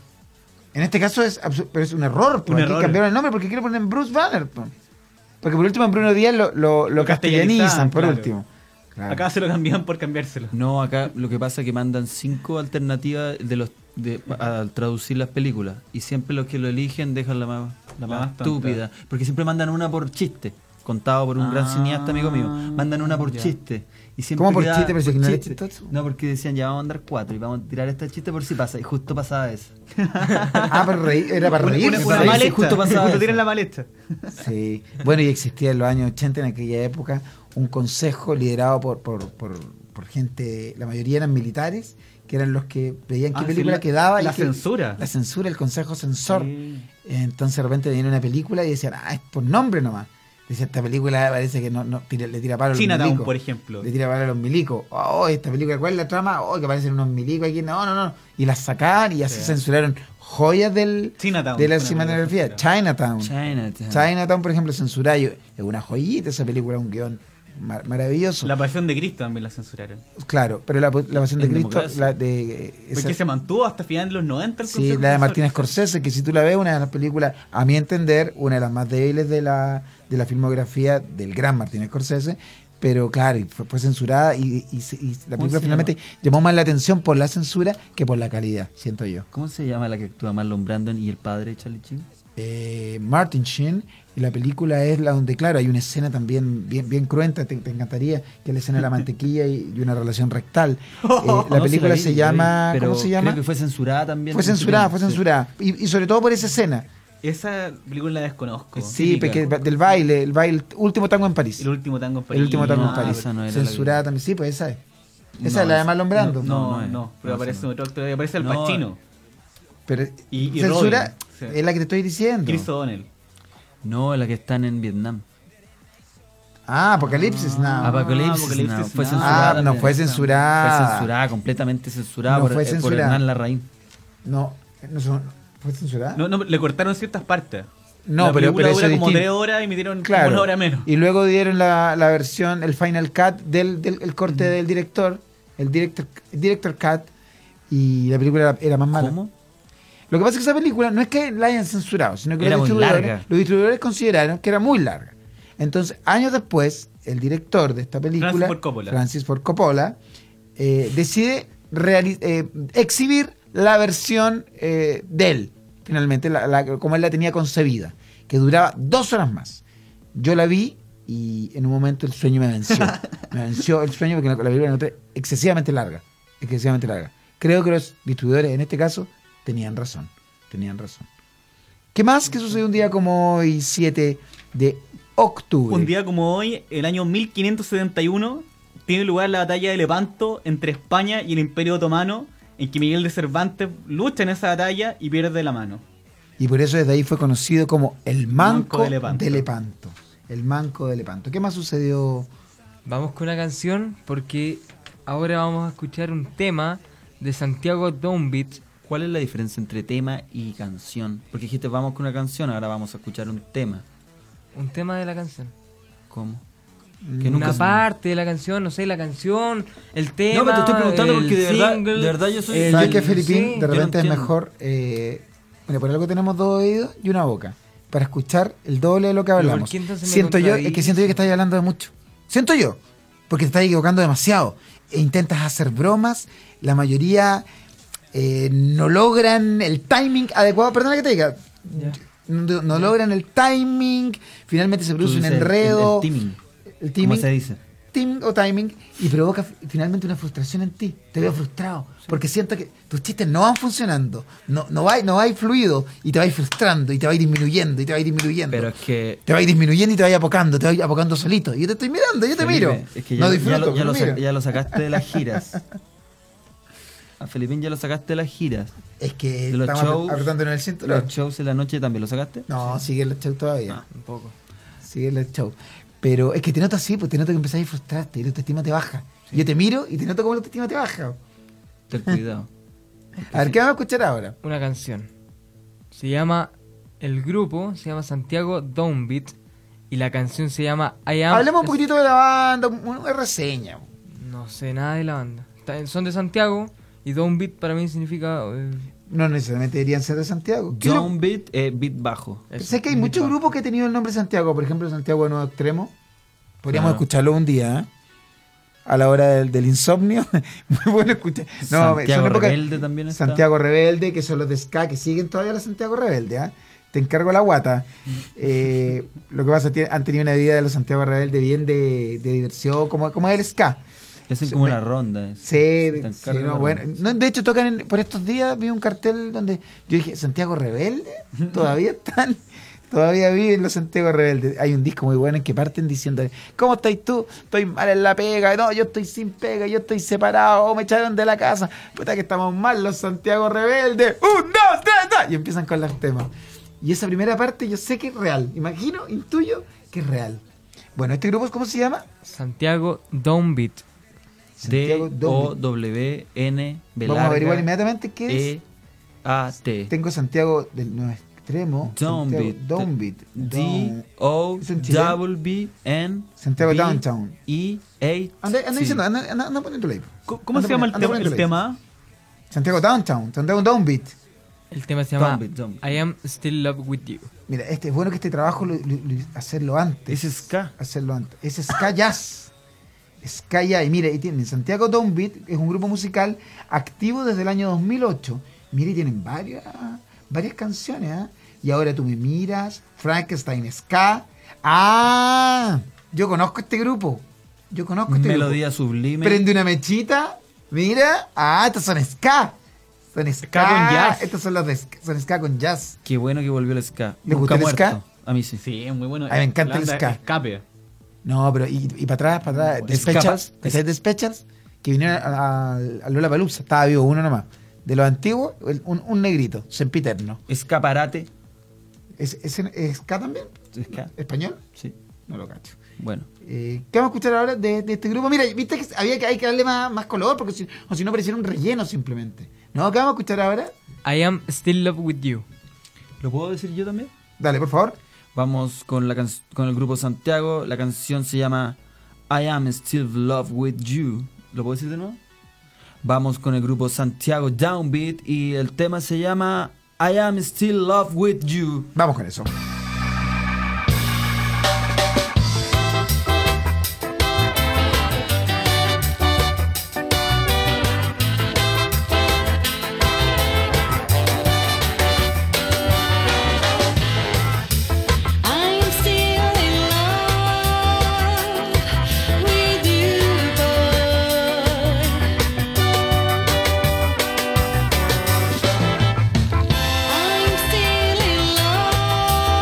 Speaker 4: En este caso es, absu- pero es un error,
Speaker 1: Un
Speaker 4: porque
Speaker 1: error.
Speaker 4: cambiaron el nombre porque quieren poner Bruce Banner. po. Porque por último en Bruno Díaz lo, lo, lo
Speaker 1: Lo
Speaker 4: castellanizan,
Speaker 1: castellanizan,
Speaker 4: por
Speaker 1: claro.
Speaker 4: último. Claro.
Speaker 1: Acá se lo cambian por cambiárselo.
Speaker 5: No, acá lo que pasa es que mandan cinco alternativas de los de- al traducir las películas y siempre los que lo eligen dejan la más,
Speaker 1: La
Speaker 5: la más
Speaker 1: más tonta.
Speaker 5: estúpida, porque siempre mandan una por chiste, contado por un gran
Speaker 1: Ah,
Speaker 5: cineasta amigo mío, mandan una por chiste y siempre
Speaker 4: ¿Cómo por
Speaker 5: queda-
Speaker 4: chiste? Pero si
Speaker 5: por
Speaker 4: no era
Speaker 5: chiste.
Speaker 4: chistoso.
Speaker 5: No, porque decían ya vamos a mandar cuatro y vamos a tirar esta chiste por si pasa y justo pasaba esa.
Speaker 4: Ah, para reír, era para
Speaker 1: Una,
Speaker 4: reír.
Speaker 1: una-
Speaker 5: me
Speaker 1: una
Speaker 5: parece
Speaker 1: maleta.
Speaker 5: justo
Speaker 1: Justo,
Speaker 5: pasada esa.
Speaker 1: tienen la maleta.
Speaker 4: Sí, bueno, y existía en los años 80, en aquella época, un consejo liderado por, por, por, por gente, la mayoría eran militares, que eran los que veían qué
Speaker 1: Ah, sí,
Speaker 4: película
Speaker 1: la-
Speaker 4: quedaba. y
Speaker 1: la
Speaker 4: qué-
Speaker 1: censura.
Speaker 4: La censura, el consejo censor. Entonces de repente venía una película y decían, ah, es por nombre nomás. Decía, esta película parece que no, no tira- le tira paro a los
Speaker 1: Chinatown,
Speaker 4: milicos".
Speaker 1: por ejemplo.
Speaker 4: Le tira paro a los milicos. Oh, esta película, ¿cuál es la trama? Oh, que aparecen unos milicos aquí. No, no, no. Y las sacaban y así censuraron joyas del,
Speaker 1: Chinatown.
Speaker 4: de la
Speaker 1: Una película
Speaker 4: cinematografía.
Speaker 1: censurada.
Speaker 4: Chinatown.
Speaker 5: Chinatown.
Speaker 4: Chinatown, por ejemplo, Censurayo. Es una joyita esa película, un guión mar- maravilloso.
Speaker 1: La pasión de Cristo también la censuraron.
Speaker 4: claro, pero la, la pasión de
Speaker 5: En
Speaker 4: Cristo,
Speaker 5: democracia.
Speaker 4: la de. eh, esa-
Speaker 1: Porque se mantuvo hasta final de los 90 el
Speaker 4: sí,
Speaker 1: Consejo
Speaker 4: la de
Speaker 1: Censor.
Speaker 4: Martín Scorsese, que si tú la ves, una de las películas, a mi entender, una de las más débiles de la, de la filmografía del gran Martín Scorsese. Pero claro, y fue, fue censurada y, y se- y la película
Speaker 5: llama?
Speaker 4: finalmente llamó más la atención por la censura que por la calidad, siento yo.
Speaker 5: ¿Cómo se llama la que actúa Marlon Brandon y el padre de Charlie Sheen?
Speaker 4: eh, Martin Sheen y la película es la donde, claro, hay una escena también bien, bien cruenta, te, te encantaría, que es la escena de la mantequilla y, y una relación rectal. Eh, la
Speaker 5: Ah, No, sí
Speaker 4: película
Speaker 5: vi,
Speaker 4: se
Speaker 5: sí la vi,
Speaker 4: llama,
Speaker 5: pero
Speaker 4: ¿cómo se llama?
Speaker 5: Creo que fue censurada también.
Speaker 4: Fue censurada, fue
Speaker 5: Sí.
Speaker 4: censurada. Y, y sobre todo por esa escena,
Speaker 1: Esa película la desconozco.
Speaker 5: Es-
Speaker 4: sí,
Speaker 5: típica.
Speaker 4: porque- del baile, el baile, último tango en París.
Speaker 1: El último tango en París.
Speaker 4: El último tango en
Speaker 5: Ah,
Speaker 4: París.
Speaker 5: esa no era la
Speaker 4: Censurada
Speaker 5: que-
Speaker 4: también, sí, pues esa es.
Speaker 5: No,
Speaker 4: Esa es la de
Speaker 5: esa-
Speaker 4: Marlon Brando.
Speaker 5: No,
Speaker 1: No,
Speaker 5: no
Speaker 1: no,
Speaker 5: es.
Speaker 1: Ah, pero
Speaker 5: No,
Speaker 1: aparece
Speaker 5: no.
Speaker 1: otro actor, aparece el
Speaker 5: No,
Speaker 1: Pacino.
Speaker 4: Pero
Speaker 1: Y- y
Speaker 4: censura
Speaker 1: Robin, sí.
Speaker 4: es la que te estoy diciendo.
Speaker 1: Chris O'Donnell.
Speaker 5: No, la que están en Vietnam.
Speaker 4: Ah, Apocalipsis Now.
Speaker 1: Ah,
Speaker 5: Apocalipsis,
Speaker 1: Apocalipsis
Speaker 5: no,
Speaker 1: Now.
Speaker 5: fue
Speaker 1: Ah,
Speaker 5: censurada.
Speaker 4: no,
Speaker 5: también.
Speaker 4: fue censurada.
Speaker 5: Fue censurada, completamente censurada
Speaker 4: No,
Speaker 5: por,
Speaker 4: fue
Speaker 5: eh, por
Speaker 4: censurada.
Speaker 5: Hernán Larraín.
Speaker 4: No, no son- fue censurada.
Speaker 1: No, no, le cortaron ciertas partes.
Speaker 4: No,
Speaker 1: La
Speaker 4: pero-
Speaker 1: película
Speaker 4: pero eso
Speaker 1: dura
Speaker 4: es
Speaker 1: como
Speaker 4: distinto.
Speaker 1: tres horas y me dieron como
Speaker 4: Claro.
Speaker 1: una hora menos.
Speaker 4: Y luego dieron la, la versión, el final cut del, del- el corte del director, el director, director cut, y la película era, era más mala.
Speaker 5: ¿Cómo?
Speaker 4: Lo que pasa es que esa película no es que la hayan censurado, sino que
Speaker 5: Era
Speaker 4: los
Speaker 5: muy
Speaker 4: distribuidores,
Speaker 5: larga.
Speaker 4: los distribuidores consideraron que era muy larga. Entonces, años después, el director de esta película,
Speaker 1: Francis Ford Coppola.
Speaker 4: Francis Ford Coppola, eh, decide reali- eh, exhibir la versión eh, de él, finalmente, la- la- como él la tenía concebida, que duraba dos horas más. Yo la vi y en un momento el sueño me venció. me venció el sueño porque la, la película la encontré excesivamente larga. Excesivamente larga. Creo que los distribuidores en este caso tenían razón. Tenían razón. ¿Qué más? ¿Qué sucedió un día como hoy, 7 de octubre?
Speaker 1: Un día como hoy, el año 1571, tiene lugar la batalla de Lepanto entre España y el Imperio Otomano, en que Miguel de Cervantes lucha en esa batalla y pierde la mano.
Speaker 4: Y por eso desde ahí fue conocido como el Manco,
Speaker 1: Manco
Speaker 4: de,
Speaker 1: de
Speaker 4: Lepanto.
Speaker 1: Lepanto.
Speaker 4: El Manco de Lepanto. ¿Qué más sucedió?
Speaker 3: Vamos con una canción porque ahora vamos a escuchar un tema de Santiago Dombit.
Speaker 5: ¿Cuál es la diferencia entre tema y canción? Porque dijiste vamos con una canción, ahora vamos a escuchar un tema.
Speaker 3: Un tema de la canción.
Speaker 5: ¿Cómo?
Speaker 3: una
Speaker 5: se-
Speaker 3: parte de la canción, no sé, la canción, el tema.
Speaker 5: pero te estoy preguntando
Speaker 3: el
Speaker 5: porque de verdad-
Speaker 3: single,
Speaker 5: de verdad yo soy
Speaker 3: el-
Speaker 4: ¿Sabes Eh, que Felipín
Speaker 3: sí,
Speaker 4: de
Speaker 5: no
Speaker 4: repente es
Speaker 5: entiendo.
Speaker 4: mejor? eh, mira, por algo tenemos dos oídos y una boca. Para escuchar el doble de lo que
Speaker 3: ¿por
Speaker 4: hablamos.
Speaker 3: qué entonces me
Speaker 4: Siento yo, es que
Speaker 3: contradices?
Speaker 4: siento yo que estás hablando de mucho. Siento yo. Porque te estás equivocando demasiado. E intentas hacer bromas. La mayoría eh, no logran el timing adecuado. Perdona que te diga. No, no logran el timing. Finalmente se
Speaker 5: Tú
Speaker 4: produce un
Speaker 5: dices el-
Speaker 4: enredo.
Speaker 5: El, el timing.
Speaker 4: El timing.
Speaker 5: ¿Cómo se dice?
Speaker 4: tim- o timing y provoca f- finalmente una frustración en ti. Te veo frustrado porque siento que tus chistes no van funcionando, no, no, va, no hay fluido y te vais frustrando y te vais disminuyendo y te vais disminuyendo.
Speaker 5: Pero es que.
Speaker 4: te vais disminuyendo y te vais apocando, te vais apocando solito. Yo te estoy mirando, yo te
Speaker 5: Felipe,
Speaker 4: miro.
Speaker 5: Es que ya,
Speaker 4: no
Speaker 5: ya
Speaker 4: disfruto,
Speaker 5: lo, ya
Speaker 4: pero
Speaker 5: lo sa-
Speaker 4: miro.
Speaker 5: ya lo sacaste de las giras. A Felipín ya lo sacaste de las giras.
Speaker 4: Es que
Speaker 5: de los
Speaker 4: estamos
Speaker 5: shows-
Speaker 4: apretando en el cinturón.
Speaker 5: Los shows en la noche también lo sacaste.
Speaker 4: No, sigue el show todavía.
Speaker 5: Ah, un poco.
Speaker 4: Sigue el show. Pero es que te noto así, pues te noto que empezás a frustrarte y la autoestima te baja. Yo te miro y te noto como la autoestima te baja.
Speaker 5: Ten cuidado.
Speaker 4: A ver, ¿qué vamos a escuchar ahora?
Speaker 3: una canción. Se llama. El grupo se llama Santiago Downbeat. Y la canción se llama I Am.
Speaker 4: Hablemos un poquitito de la banda, un- una reseña.
Speaker 3: No sé nada de la banda. Está- Son de Santiago. Y Downbeat para mí significa. eh,
Speaker 4: No necesariamente deberían ser de Santiago. Yo
Speaker 5: Down beat, eh, beat bajo.
Speaker 4: lo-
Speaker 3: eso,
Speaker 4: sé que hay muchos grupos que han tenido el nombre Santiago, por ejemplo Santiago de Nuevo Extremo. Podríamos
Speaker 5: Claro.
Speaker 4: escucharlo un día, ¿eh? A la hora del, del insomnio. Muy bueno escuchar. No,
Speaker 5: Santiago
Speaker 4: son épocas-
Speaker 5: Rebelde también está.
Speaker 4: Santiago Rebelde, que son los de Ska, que siguen todavía la Santiago Rebelde, ¿ah? Te encargo la guata. Eh, lo que pasa es que han tenido una vida de los Santiago Rebelde bien de, de diversión, como, como es el Ska.
Speaker 5: Y Hacen como una ronda. eh.
Speaker 4: Sí,
Speaker 5: Te
Speaker 4: sí,
Speaker 5: encargo
Speaker 4: no,
Speaker 5: la
Speaker 4: bueno.
Speaker 5: ronda.
Speaker 4: No, de hecho, tocan en- por estos días. Vi un cartel donde yo dije: Santiago Rebelde, todavía están. Todavía viven los Santiago Rebeldes. Hay un disco muy bueno en que parten diciendo: ¿Cómo estáis tú? Estoy mal en la pega. No, yo estoy sin pega. Yo estoy separado. oh, me echaron de la casa. Puta que estamos mal los Santiago Rebeldes. ¡Un, dos, tres, dos! Y empiezan con los temas. Y esa primera parte yo sé que es real. Imagino, intuyo que es real. Bueno, ¿este grupo cómo se llama?
Speaker 3: Santiago Downbeat.
Speaker 4: Santiago
Speaker 5: D O
Speaker 4: Doble.
Speaker 5: W N B
Speaker 4: Vamos a
Speaker 5: larga,
Speaker 4: averiguar inmediatamente qué es.
Speaker 5: E A T.
Speaker 4: Tengo Santiago del Nuevo Extremo. Santiago
Speaker 5: Downbeat.
Speaker 4: Downbeat.
Speaker 5: D
Speaker 4: Down-
Speaker 5: O
Speaker 4: ¿Es en chileno?
Speaker 5: W B N
Speaker 4: Santiago
Speaker 5: B
Speaker 4: Downtown.
Speaker 5: E A
Speaker 4: Anda, anda
Speaker 5: T.
Speaker 4: diciendo, anda, anda, anda poniendo ley.
Speaker 1: ¿Cómo, cómo se
Speaker 4: Anda
Speaker 1: llama
Speaker 4: poniendo-
Speaker 1: el,
Speaker 4: anda
Speaker 1: tema- el
Speaker 4: poniendo ley.
Speaker 1: tema?
Speaker 4: Santiago Downtown, Santiago Downbeat.
Speaker 3: El tema se llama
Speaker 5: Downbeat, Downbeat.
Speaker 3: I Am Still Love With You.
Speaker 4: Mira, este, es bueno que este trabajo lo- lo- lo- hacerlo antes.
Speaker 5: Ese es K.
Speaker 4: hacerlo antes. Es Ska Jazz. Ska Jazz. Y mire, y tienen Santiago Downbeat, que es un grupo musical activo desde el año 2008. Mire, y tienen varias, varias canciones. ¿ah? Y ahora tú me miras, Frankenstein Ska. ¡Ah! Yo conozco este grupo. Yo conozco este
Speaker 5: Melodía
Speaker 4: grupo.
Speaker 5: sublime.
Speaker 4: Prende una mechita. Mira. Ah, estos son Ska. Son Ska,
Speaker 1: con jazz.
Speaker 4: Estos son los de Ska, son ska con jazz.
Speaker 5: Qué bueno que volvió el ska.
Speaker 4: ¿Le
Speaker 5: Nunca
Speaker 4: gusta el ska?
Speaker 5: muerto. A mí sí.
Speaker 1: Sí, es muy bueno.
Speaker 4: A mí me encanta
Speaker 1: La
Speaker 4: el
Speaker 1: banda
Speaker 4: ska.
Speaker 1: Escape.
Speaker 4: No, pero y, y para atrás, para atrás, Despechas,
Speaker 5: Escapas.
Speaker 4: ¿cachai Despechas? Que vinieron a, Lola Palusa, estaba vivo uno nomás. De los antiguos, el- un, un negrito, sempiterno.
Speaker 5: Escaparate.
Speaker 4: ¿Es, es, es K también?
Speaker 5: Ska.
Speaker 4: ¿Español?
Speaker 5: Sí.
Speaker 4: No lo cacho.
Speaker 5: Bueno.
Speaker 4: Eh, ¿Qué vamos a escuchar ahora de, de este grupo? Mira, viste que había que, hay que darle más, más color, porque si, o si no pareciera un relleno simplemente. ¿No? ¿Qué vamos a escuchar ahora?
Speaker 3: I Am Still Love With You.
Speaker 5: ¿Lo puedo decir yo también?
Speaker 4: Dale, por favor.
Speaker 5: Vamos con, la can- con el grupo Santiago. La canción se llama I Am Still Love With You. ¿Lo puedo decir de nuevo? Vamos con el grupo Santiago Downbeat y el tema se llama I Am Still Love With You.
Speaker 4: Vamos con eso.
Speaker 6: I am still in love with you, boy. I am still in love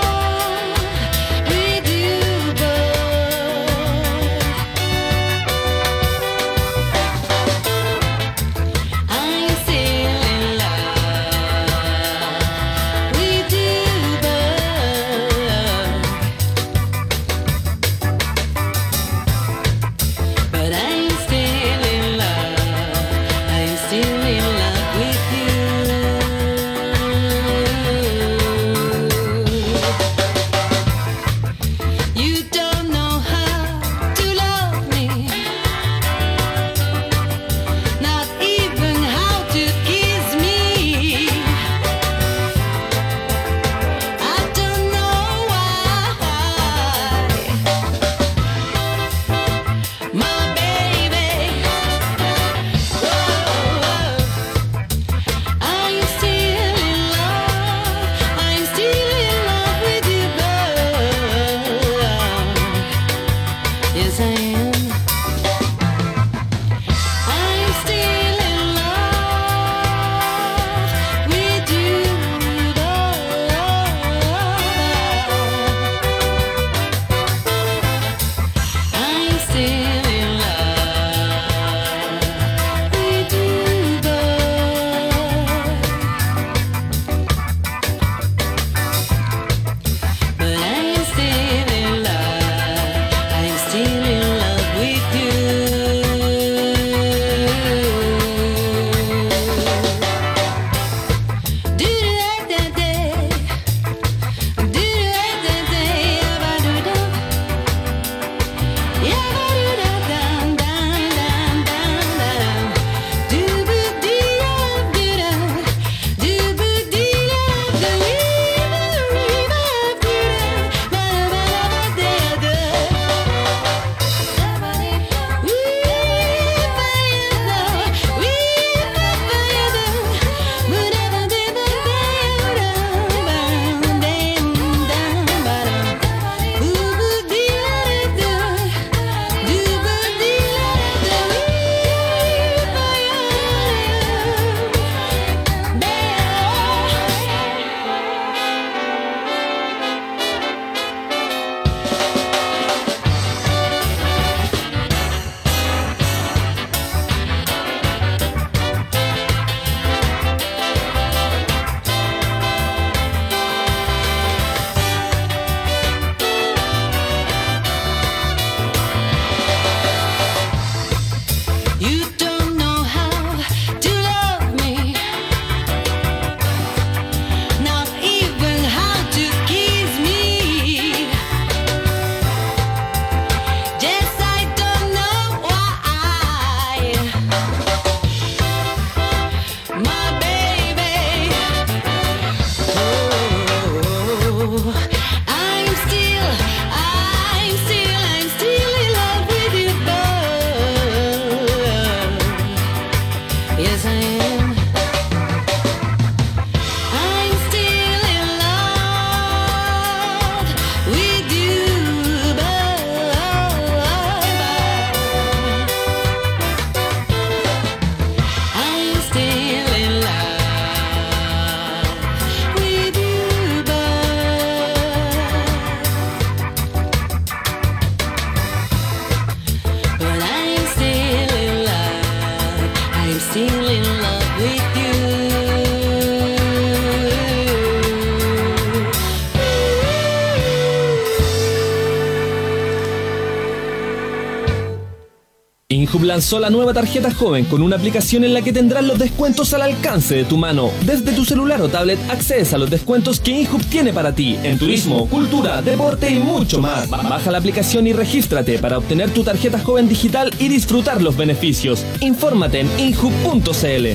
Speaker 7: Injup lanzó la nueva tarjeta joven con una aplicación en la que tendrás los descuentos al alcance de tu mano. Desde tu celular o tablet accedes a los descuentos que Injup tiene para ti en turismo, cultura, deporte y mucho más. Ba- Baja la aplicación y regístrate para obtener tu tarjeta joven digital y disfrutar los beneficios. Infórmate en injup.cl.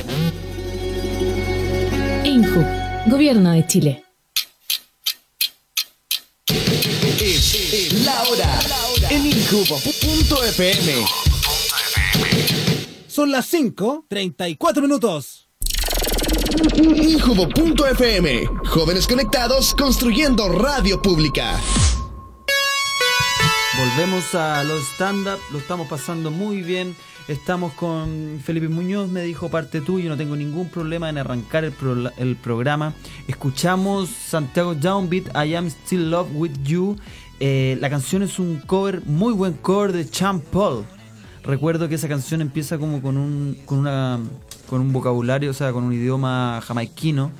Speaker 8: Inju, Gobierno de Chile.
Speaker 7: La hora en injup.fm.
Speaker 9: Son las 5, 34 minutos.
Speaker 2: Injubo.fm. Jóvenes conectados construyendo radio pública.
Speaker 5: Volvemos a los stand-up, lo estamos pasando muy bien. Estamos con Felipe Muñoz, me dijo parte tuyo, no tengo ningún problema en arrancar el, prola- el programa. Escuchamos Santiago Downbeat, I Am Still Love With You. Eh, la canción es un cover, muy buen cover de Champ Paul. Recuerdo que esa canción empieza como con un, con una, con un vocabulario, o sea, con un idioma jamaiquino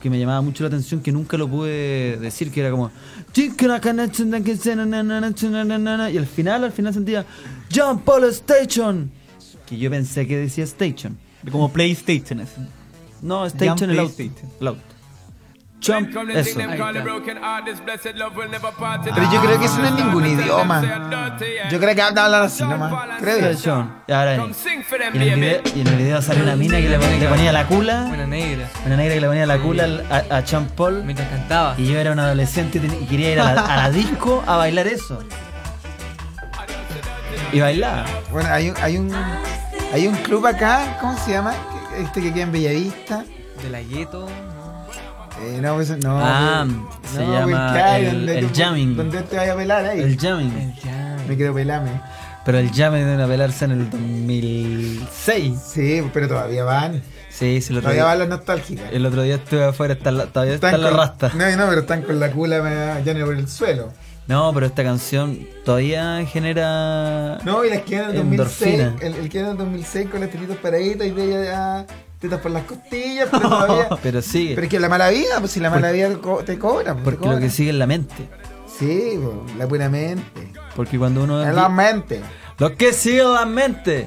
Speaker 5: que me llamaba mucho la atención que nunca lo pude decir que era como y al final al final sentía John Paul Station que yo pensé que decía Station
Speaker 1: Como PlayStation. así.
Speaker 5: no Station
Speaker 1: John
Speaker 5: el out,
Speaker 1: PlayStation.
Speaker 5: el out. John eso
Speaker 4: Pero yo creo que eso no es ningún idioma. Yo creo que habla hablar así nomás. Creo yo.
Speaker 5: Station y ahora ahí. y en el video, y en el video sale una mina que le ponía, le ponía la
Speaker 3: Buena
Speaker 5: cula
Speaker 3: negra.
Speaker 5: una negra que le ponía la cula al- a, a John Paul
Speaker 3: Mientras cantaba.
Speaker 5: y yo era un adolescente y ten- y quería ir a la, a la disco a bailar eso y bailaba
Speaker 4: Bueno, hay un, hay un, hay un club acá, ¿cómo se llama? Que- Este que queda en Bellavista.
Speaker 3: De la gueto.
Speaker 4: Eh, no, eso no.
Speaker 5: Ah,
Speaker 4: pues,
Speaker 5: se
Speaker 4: no,
Speaker 5: llama
Speaker 4: pues, ¿qué hay?
Speaker 5: el-
Speaker 4: ¿Dónde
Speaker 5: el
Speaker 4: tú-
Speaker 5: jamming.
Speaker 4: ¿Dónde te vaya a pelar ahí?
Speaker 5: el jamming
Speaker 4: Me quedo pelame.
Speaker 5: Pero el ya me dieron a velarse en el 2006.
Speaker 4: Sí, pero todavía van.
Speaker 5: Sí, sí, el otro,
Speaker 4: Todavía van
Speaker 5: día,
Speaker 4: las nostálgicas.
Speaker 5: el otro día estuve afuera, está la, todavía está la
Speaker 4: con-
Speaker 5: rasta.
Speaker 4: No, no, pero están con la cula me- ya no por el suelo.
Speaker 5: No, pero esta canción todavía genera...
Speaker 4: No, y las que eran en el 2006.
Speaker 5: Endorfina.
Speaker 4: El, el que era en el 2006 con las tetitas paraditas y bella ya tetas por las costillas, pero todavía.
Speaker 5: Pero sigue,
Speaker 4: Pero es que la mala vida, pues si la mala vida co- te cobra. pues, te
Speaker 5: porque lo
Speaker 4: cobra.
Speaker 5: que sigue es la mente.
Speaker 4: Sí, pues, la buena mente.
Speaker 5: Porque cuando uno...
Speaker 4: Es la mente.
Speaker 5: Lo que sigue es la mente.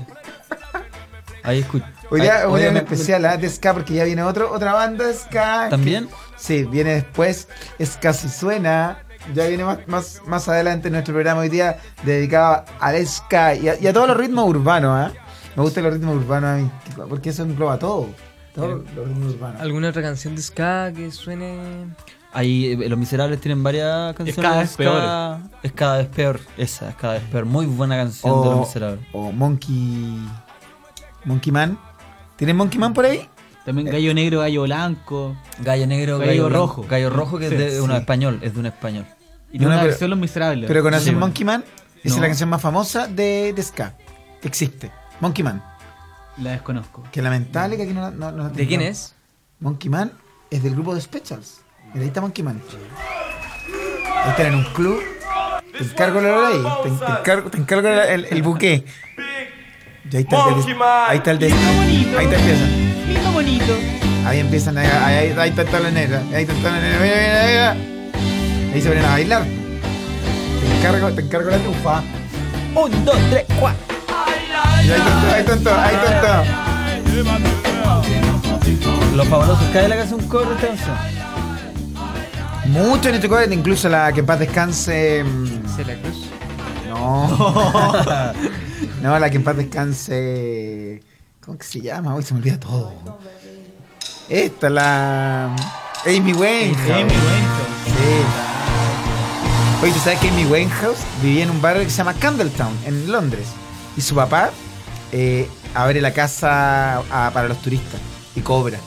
Speaker 5: Ahí escucha.
Speaker 4: Hoy día, hoy día un especial ¿ah? de Ska, porque ya viene otro, otra banda de Ska. que-
Speaker 5: ¿También?
Speaker 4: sí, viene después. Ska si suena. Ya viene más, más, más adelante nuestro programa hoy día dedicado al Ska y a, y a todos los ritmos urbanos. ¿ah? Me gustan los ritmos urbanos a mí, porque eso engloba todo. Todos los ritmos urbanos.
Speaker 3: ¿Alguna otra canción de Ska que suene?
Speaker 5: Ahí eh, Los Miserables tienen varias canciones.
Speaker 1: cada vez
Speaker 5: ska-
Speaker 1: peor.
Speaker 5: Es cada vez peor. Esa, es cada vez peor. Muy buena canción de Los
Speaker 4: O,
Speaker 5: Miserables.
Speaker 4: o Monkey. Monkey Man. ¿Tienen Monkey Man por ahí?
Speaker 1: También Gallo Negro, Gallo Blanco.
Speaker 5: Gallo negro, gallo,
Speaker 1: Gallo
Speaker 5: blanco.
Speaker 1: rojo.
Speaker 5: Gallo rojo que
Speaker 1: Sí,
Speaker 5: es de un
Speaker 4: sí.
Speaker 5: español, es de un español.
Speaker 1: Y
Speaker 4: No,
Speaker 1: tiene
Speaker 4: no,
Speaker 1: una
Speaker 4: pero-
Speaker 1: versión Los Miserables.
Speaker 4: Pero conocen
Speaker 5: bueno.
Speaker 4: Monkey Man. Esa
Speaker 5: No.
Speaker 4: es la canción más famosa de, de Ska. que Existe. Monkey Man.
Speaker 1: La desconozco.
Speaker 4: Que lamentable que aquí no, la- no- no la
Speaker 3: ¿De quién
Speaker 4: tengamos.
Speaker 3: es?
Speaker 4: Monkey Man es del grupo de Specials. Mira, ahí está Monkey Man. Ahí están en un club. Te encargo la hora ahí. Te, te encargo, te encargo el, el, el buque. Y ahí está el de, Ahí está el de. Ahí está empiezan.
Speaker 1: Lindo bonito.
Speaker 4: Ahí empiezan. Ahí, ahí, ahí está el tablonero. Ahí está el tablonero. Mira, mira, mira. Ahí se ponen a bailar. Te encargo, te encargo la tufa.
Speaker 5: Un, dos, tres, cuatro.
Speaker 4: Y ahí está todo, ahí está todo, ahí está todo.
Speaker 5: Los fabulosos cae la casa un cover de esta canción.
Speaker 4: Mucho en este cover, incluso la que en paz descanse. mm,
Speaker 3: ¿Se la cruz?
Speaker 4: No. no, la que en paz descanse. ¿Cómo que se llama? Hoy se me olvida todo. Esta, la. Amy Winehouse. Amy Winehouse. Sí. Oye, ¿tú sabes que Amy Winehouse vivía en un barrio que se llama Candletown, en Londres? Y su papá eh, abre la casa a- para los turistas y cobra.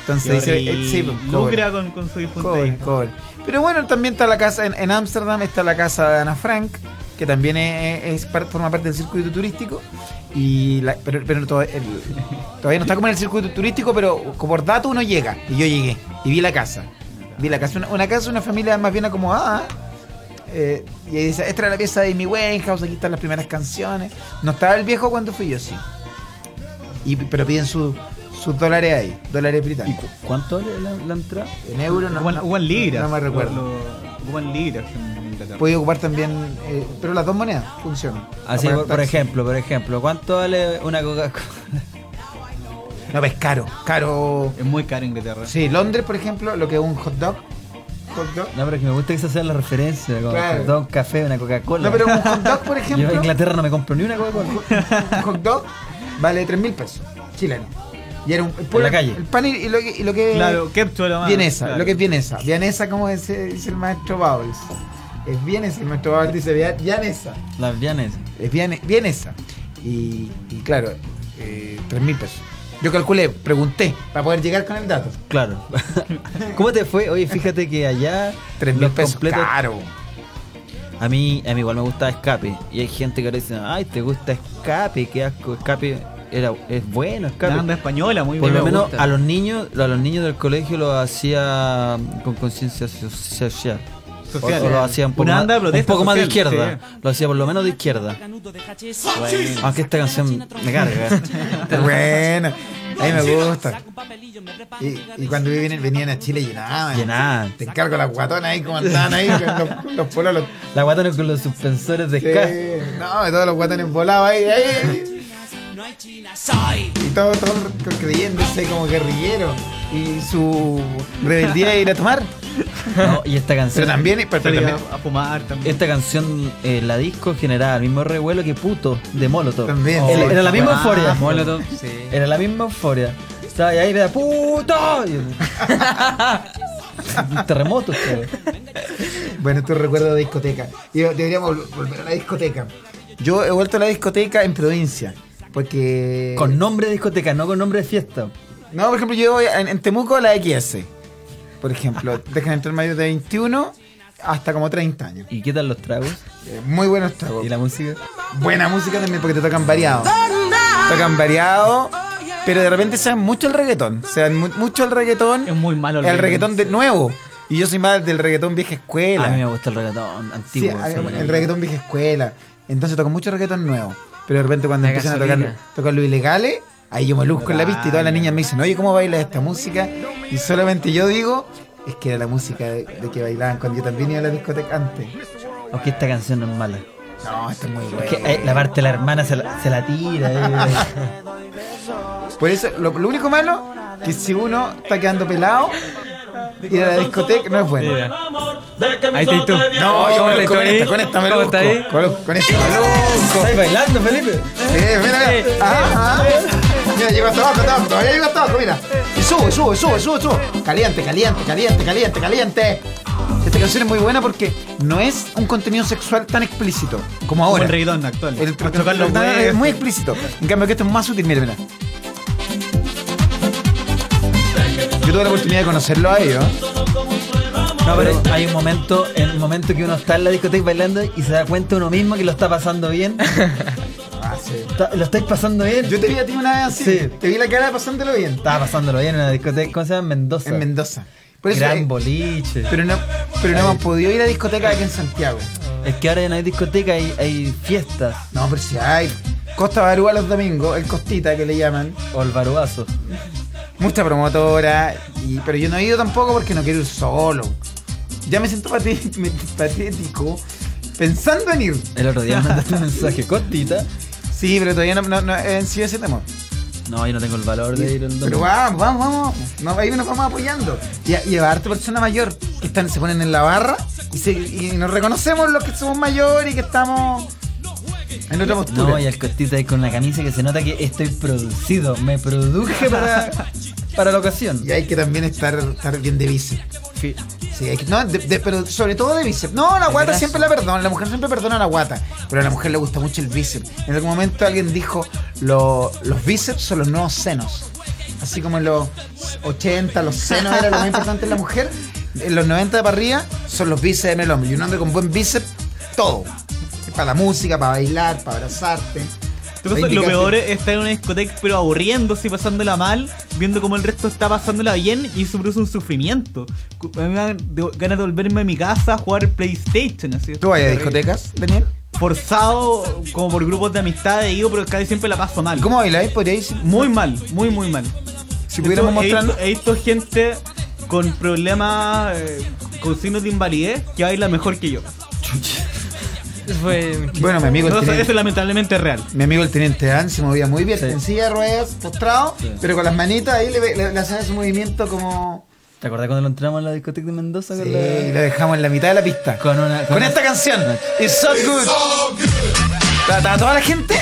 Speaker 4: Entonces dice, eh, sí, pues, cobra.
Speaker 1: Lucra con, con su
Speaker 4: Cobre,
Speaker 1: difunto.
Speaker 4: cobre. Pero bueno, también está la casa en en Ámsterdam, está la casa de Ana Frank, que también es, es par- forma parte del circuito turístico. Y la- pero pero to- el- todavía no está como en el circuito turístico, pero como por dato uno llega. Y yo llegué y vi la casa. Vi la casa, una, una casa, una familia más bien acomodada. eh, y ahí dice, esta era la pieza de mi Winehouse, aquí están las primeras canciones. No estaba el viejo cuando fui yo, sí. Y, pero piden su- sus dólares ahí, dólares
Speaker 5: ¿Y
Speaker 4: británicos.
Speaker 5: cu- cuánto es la, la entrada?
Speaker 4: En euros no,
Speaker 1: Juan,
Speaker 4: no-
Speaker 1: Juan Libra.
Speaker 4: no me recuerdo. Pues-
Speaker 1: Lo-
Speaker 10: Ocupan libras en Inglaterra.
Speaker 4: Puede ocupar también, eh, pero las dos monedas funcionan.
Speaker 5: Así, Ah, por, por
Speaker 4: Apartar-
Speaker 5: ejemplo, por ejemplo, ¿cuánto vale una Coca-Cola?
Speaker 4: No, pues caro, caro.
Speaker 10: Es muy caro Inglaterra.
Speaker 4: Sí, Londres, por ejemplo, lo que es un hot dog. Hot dog.
Speaker 5: No, pero es que me gusta que se sea la referencia, como
Speaker 4: Claro.
Speaker 5: perdón, un café, una Coca-Cola.
Speaker 4: No, pero un hot dog, por
Speaker 5: Yo en
Speaker 4: ejemplo,
Speaker 5: Inglaterra no me compro ni una Coca-Cola.
Speaker 4: un hot dog vale 3 mil pesos chileno. Y era un, el,
Speaker 5: la calle.
Speaker 4: el pan y, y lo que, y lo que
Speaker 10: Claro, Kepcho lo más.
Speaker 4: Vienesa,
Speaker 10: claro.
Speaker 4: lo que es vienesa. Vienesa, como dice, dice el maestro Bowles. Es vienesa, el maestro Bowles dice via- vienesa.
Speaker 5: Las vianes.
Speaker 4: Es Eh, viene- vienesa. Y, y claro, eh, 3 mil pesos. Yo calculé, pregunté, para poder llegar con el dato.
Speaker 5: Claro. ¿Cómo te fue? Oye, fíjate que allá
Speaker 4: 3 mil
Speaker 5: los
Speaker 4: pesos.
Speaker 5: completos-
Speaker 4: Claro.
Speaker 5: A mí, a mí igual me gusta Escape. Y hay gente que ahora dice, ay, te gusta Escape, qué asco. Escape era, es
Speaker 10: La
Speaker 5: bueno, Escape.
Speaker 10: banda española, muy
Speaker 5: Por
Speaker 10: buena.
Speaker 5: lo
Speaker 10: Me
Speaker 5: menos
Speaker 10: gusta.
Speaker 5: a los niños, a los niños del colegio lo hacía con conciencia so- social. O-
Speaker 10: Social.
Speaker 5: o lo hacía un poco,
Speaker 10: Una
Speaker 5: más,
Speaker 10: banda de
Speaker 5: un
Speaker 10: protesta
Speaker 5: poco más de
Speaker 10: social,
Speaker 5: izquierda. Lo hacía por lo menos de izquierda. Aunque esta canción me carga.
Speaker 4: Bueno, a mí me gusta. Y, y cuando vivían- venían a Chile llenaban.
Speaker 5: Llenaban.
Speaker 4: Te encargo las guatonas ahí como andaban ahí con los, con los pololos.
Speaker 5: La guatana con los suspensores de
Speaker 4: Sí,
Speaker 5: ska.
Speaker 4: No, todos los guatones volaban ahí. ahí. Y todos todo creyéndose como guerrilleros. Y su rebeldía de ir a tomar.
Speaker 5: No, y esta
Speaker 4: Pero
Speaker 5: canción.
Speaker 4: también, pero, pero
Speaker 10: Salía
Speaker 4: también,
Speaker 10: a fumar también.
Speaker 5: Esta canción, eh, la disco, generaba el mismo revuelo que puto de Molotov.
Speaker 4: También,
Speaker 5: Era-
Speaker 4: sí.
Speaker 5: era la misma euforia.
Speaker 3: Ah, Molotov, sí.
Speaker 5: Era la misma euforia. Estaba ahí, era puto. Y- Un terremoto, creo.
Speaker 4: Bueno, tu recuerdo de discoteca. Yo- deberíamos vol- volver a la discoteca. Yo he vuelto a la discoteca en provincia. Porque.
Speaker 5: Con nombre de discoteca, no con nombre de fiesta.
Speaker 4: No, por ejemplo, yo voy en, en Temuco a la XS. Por ejemplo, dejan entrar mayores de 21 hasta como 30 años.
Speaker 5: ¿Y qué tal los tragos?
Speaker 4: Eh, Muy buenos tragos.
Speaker 5: ¿Y la música?
Speaker 4: Buena música también porque te tocan variado. Tocan variado, pero de repente se dan mucho el reggaetón. Se dan mu- mucho el reggaetón.
Speaker 1: Es muy malo el
Speaker 4: el, reggaetón de nuevo. Y yo soy más del reggaetón vieja escuela.
Speaker 5: A mí me gusta el reggaetón
Speaker 4: Sí,
Speaker 5: antiguo.
Speaker 4: hay-
Speaker 5: sí.
Speaker 4: el reggaetón vieja escuela. Entonces tocan mucho reggaetón nuevo. Pero de repente cuando empiezan a tocar, tocar los ilegales, ahí yo me luzco en la pista y todas las niñas me dicen, oye, ¿cómo bailas esta música? Y solamente yo digo, es que era la música de, de que bailaban cuando yo también iba a la discoteca antes.
Speaker 5: Aunque esta canción no es mala.
Speaker 4: No, esto es muy bueno.
Speaker 5: Es que, eh, la parte de la hermana se la, se la tira. eh.
Speaker 4: Por eso, lo, lo único malo, que si uno está quedando pelado, ir a la discoteca no es bueno.
Speaker 3: Mira. Ahí estás tú.
Speaker 4: No, yo
Speaker 3: ¿Cómo
Speaker 4: me-
Speaker 3: estás
Speaker 4: con
Speaker 3: ahí?
Speaker 4: esta, con esta me
Speaker 3: ¿Cómo
Speaker 4: luzco.
Speaker 3: estás ahí?
Speaker 4: Con, con esta me luzco.
Speaker 5: ¿Estás bailando, Felipe?
Speaker 4: Eh, mira, mira. Ajá, ajá. Mira, llego hasta abajo, hasta abajo, todavía llego hasta abajo, mira. Y sube, sube, sube, sube, sube. Caliente, caliente, caliente, caliente, caliente. Esta canción es muy buena porque no es un contenido sexual tan explícito como
Speaker 10: Como
Speaker 4: ahora.
Speaker 10: el reggaetón actual.
Speaker 4: El-
Speaker 10: Para tocar los
Speaker 4: no, no, es
Speaker 10: huevos.
Speaker 4: muy explícito. En cambio, que esto es más sutil. Mira, mira. Yo tuve la oportunidad de conocerlo a ellos.
Speaker 5: No, pero hay un momento, en el momento que uno está en la discoteca bailando y se da cuenta uno mismo que lo está pasando bien. Está- lo estáis pasando bien.
Speaker 4: Yo te vi a ti una vez así.
Speaker 5: Sí.
Speaker 4: Ah, Te vi la cara pasándolo bien.
Speaker 5: Estaba pasándolo bien en la discoteca, ¿cómo se llama? Mendoza.
Speaker 4: En Mendoza. Por eso,
Speaker 5: Gran
Speaker 4: eh,
Speaker 5: boliche.
Speaker 4: pero no, pero no hemos podido ir a discoteca aquí en Santiago.
Speaker 5: Es que ahora ya no hay discoteca, hay, hay fiestas.
Speaker 4: No, pero si hay. Costa Barúa los domingos, el Costita que le llaman.
Speaker 5: O el baruazo.
Speaker 4: Mucha promotora. y- pero yo no he ido tampoco porque no quiero ir solo. Ya me siento pati- me- patético pensando en ir.
Speaker 5: El otro día me mandaste un mensaje, costita.
Speaker 4: Sí, pero todavía no, no, no he vencido ese temor.
Speaker 5: No, yo no tengo el valor de ir el
Speaker 4: Pero
Speaker 5: domingo.
Speaker 4: vamos, vamos, vamos. No, ahí nos vamos apoyando. Y, a- y a harta persona mayor que están, se ponen en la barra y, se- y nos reconocemos los que somos mayores y que estamos en otra postura.
Speaker 5: No, y al costita ahí con la camisa que se nota que estoy producido. Me produje para, para la ocasión.
Speaker 4: Y hay que también estar, estar bien de bíceps. Sí. hay que- no, de- de- pero sobre todo de bíceps. No, la guata
Speaker 5: brazo.
Speaker 4: siempre la perdona. La mujer siempre perdona la guata. Pero a la mujer le gusta mucho el bíceps. En algún momento alguien dijo, "Lo- los bíceps son los nuevos senos. Así como en los 80 los senos eran lo más importante en la mujer. En los 90 para arriba son los bíceps en el hombre. Y un hombre con buen bíceps, todo. Para la música, para bailar, para abrazarte.
Speaker 1: Entonces,
Speaker 4: para
Speaker 1: lo
Speaker 4: indicarte-
Speaker 1: peor es estar en una discoteca pero aburriéndose y pasándola mal, viendo cómo el resto está pasándola bien y eso produce un sufrimiento. Cu- A mí me dan de- ganas de volverme a mi casa a jugar PlayStation. Así.
Speaker 4: ¿Tú vas a discotecas, Daniel?
Speaker 1: Forzado como por grupos de amistad, digo, pero casi siempre la paso mal.
Speaker 4: ¿Cómo bailáis? ¿Podríais?
Speaker 1: Muy mal, muy, muy mal.
Speaker 4: Si pudiéramos
Speaker 1: Entonces, he
Speaker 4: mostrarnos.
Speaker 1: visto- He visto gente con problemas eh,
Speaker 9: con signos de invalidez que baila mejor que yo.
Speaker 3: Eso Este fue un chiste.
Speaker 4: Bueno, mi amigo,
Speaker 9: No, eso,
Speaker 4: el
Speaker 9: eso
Speaker 4: teniente,
Speaker 9: lamentablemente es real.
Speaker 4: mi amigo el teniente Dan se movía muy bien, en silla de ruedas, postrado, pero con las manitas ahí le, ve- le- le hacía su movimiento como...
Speaker 5: ¿Te acordás cuando lo entramos en la discoteca de Mendoza?
Speaker 4: Sí,
Speaker 5: con la-
Speaker 4: y lo dejamos en la mitad de la pista.
Speaker 5: Con una- con
Speaker 4: Con
Speaker 5: una-
Speaker 4: esta canción, It's So Good. Estaba toda la gente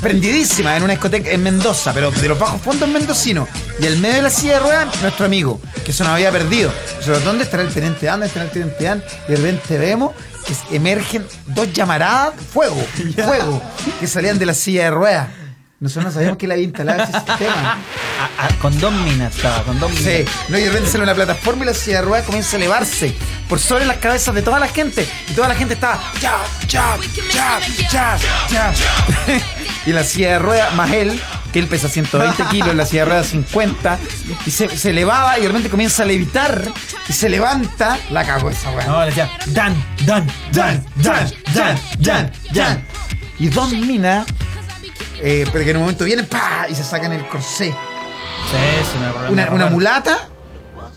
Speaker 4: prendidísima en una discoteca en Mendoza, pero de los bajos fondos mendocinos. Y al medio de la silla de ruedas, nuestro amigo, que se nos había perdido. Nosotros, ¿dónde estará el teniente Dan? ¿Dónde estará el teniente Dan? Y de repente vemos que emergen dos llamaradas, fuego, fuego, que salían de la silla de ruedas. Nosotros no sabíamos que le había instalado ese sistema.
Speaker 5: Ah, ah, con dos minas estaba, con dos minas.
Speaker 4: Sí, no, y de repente sale una plataforma y la silla de ruedas comienza a elevarse por sobre las cabezas de toda la gente. Y toda la gente estaba ya, ya, ya, ya, ya. y la silla de ruedas, más él, que él pesa 120 kilos, la silla de ruedas 50, y se, se elevaba y de repente comienza a levitar y se levanta. La cagó esa weá.
Speaker 5: No, le decía, Dan, Dan, Dan, Dan, Dan, Dan, Dan.
Speaker 4: Y dos minas, eh, pero que en un momento vienen ¡pa! y se sacan el corsé.
Speaker 5: Sí, sí, me acuerdo.
Speaker 4: una, una mulata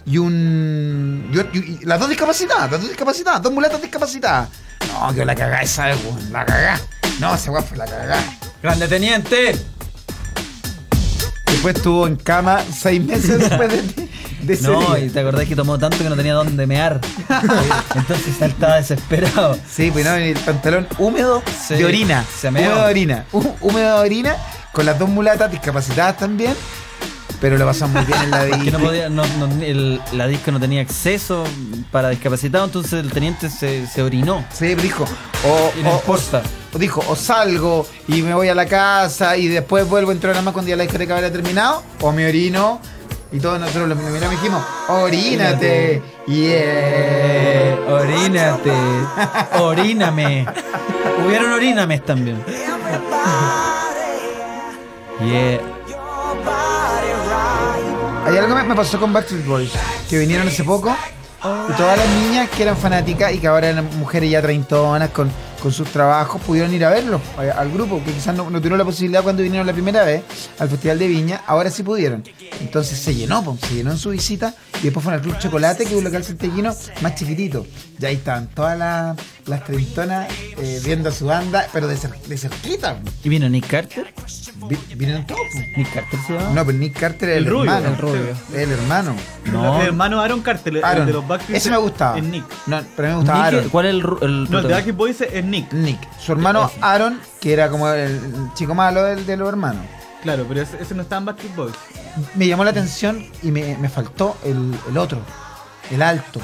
Speaker 4: y un. y ot- y- y las dos discapacitadas, las dos discapacitadas, dos mulatas discapacitadas. No, que la cagá esa, eh, weón, la cagá. No, esa weá fue la cagá.
Speaker 5: Grande teniente.
Speaker 4: Después estuvo en cama seis meses después de, de ese
Speaker 5: No,
Speaker 4: día.
Speaker 5: y te acordás que tomó tanto que no tenía dónde mear. Entonces él estaba desesperado.
Speaker 4: Sí, pues no, y el pantalón húmedo
Speaker 5: Sí,
Speaker 4: de orina.
Speaker 5: se meó.
Speaker 4: húmedo de orina. hú- Húmedo de orina, con las dos mulatas discapacitadas también. Pero lo pasamos muy bien en la
Speaker 5: Que no
Speaker 4: vida.
Speaker 5: podía, no, no, el- la disco no tenía acceso para discapacitados, entonces el teniente se, se orinó.
Speaker 4: Sí, dijo, o,
Speaker 5: Y no
Speaker 4: o- o,
Speaker 5: importa.
Speaker 4: o dijo, o salgo y me voy a la casa y después vuelvo a entrar nada más cuando ya la discoteca habrá terminado, o me orino. Y todos nosotros los miramos y dijimos, orínate. Yeah.
Speaker 5: Orínate. Oríname. Hubieron orinames también. Yeah.
Speaker 4: Hay algo que me pasó con Backstreet Boys, que vinieron hace poco, y todas las niñas que eran fanáticas y que ahora eran mujeres ya treintonas con, con sus trabajos, pudieron ir a verlo eh, al grupo, que quizás no, no tuvieron la posibilidad cuando vinieron la primera vez al Festival de Viña, ahora sí pudieron. Entonces se llenó, po, se llenó en su visita, y después fueron al Club Chocolate, que es un local centellino más chiquitito. Y ahí estaban todas las, las treintonas eh, viendo a su banda, pero de, cer- de cerquita. po.
Speaker 5: ¿Y vino Nick Carter?
Speaker 4: Vi- vinieron todos. po.
Speaker 5: ¿Nick Carter se llamaba?
Speaker 4: No, pero Nick Carter era el,
Speaker 9: El rubio,
Speaker 4: hermano.
Speaker 9: el rubio.
Speaker 4: El hermano.
Speaker 5: No.
Speaker 9: El hermano Aaron Carter, Eh, el-
Speaker 4: Aaron.
Speaker 9: el de los Backstreet
Speaker 4: Ese me gustaba.
Speaker 9: Es Nick.
Speaker 4: No, pero a mí me gustaba
Speaker 5: Nick,
Speaker 4: Aaron.
Speaker 5: ¿Cuál es el, ru- el
Speaker 9: No, el de
Speaker 5: protagonista?
Speaker 9: Backstreet Boys es Nick.
Speaker 4: Nick. Su hermano Aaron, que era como el, el chico malo del, de los hermanos.
Speaker 9: Claro, pero ese, ese no está en Backstreet Boys.
Speaker 4: Me llamó la atención y me, me faltó el, el otro, el alto,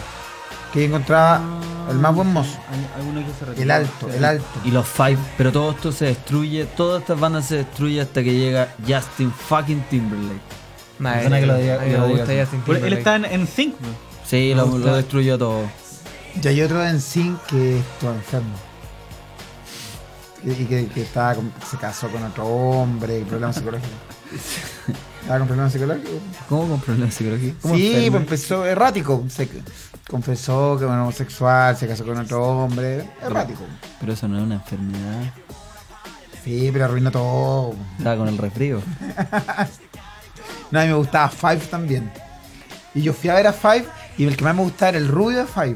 Speaker 4: que encontraba el más buen mozo.
Speaker 9: Ah, Hay, hay uno que se retiró.
Speaker 4: El alto, el alto.
Speaker 5: Y los Five, pero todo esto se destruye, todas estas bandas se destruyen hasta que llega Justin fucking Timberlake.
Speaker 3: Madre,
Speaker 5: Suena que lo diga-
Speaker 3: a mí
Speaker 5: que Ah, lo
Speaker 3: me
Speaker 5: diga
Speaker 3: gusta
Speaker 5: así.
Speaker 3: Justin
Speaker 9: Por- él
Speaker 3: Timberlake.
Speaker 9: está en, en Sync. ¿no?
Speaker 5: Sí, lo, lo destruyó todo.
Speaker 4: Y hay otro en Sin que es todo enfermo. Y y que, que estaba con- se casó con otro hombre, problemas psicológicos. Estaba con problemas psicológicos.
Speaker 5: ¿Cómo con problemas psicológicos? ¿Cómo
Speaker 4: Sí,
Speaker 5: enfermo?
Speaker 4: pues empezó errático. Se confesó que era homosexual, se casó con otro hombre. Errático.
Speaker 5: Pero eso no es una enfermedad.
Speaker 4: Sí, pero arruinó todo.
Speaker 5: Estaba con el resfrío.
Speaker 4: No, a mí me gustaba Five también. Y yo fui a ver a Five y el que más me gustaba era el rubio de Five.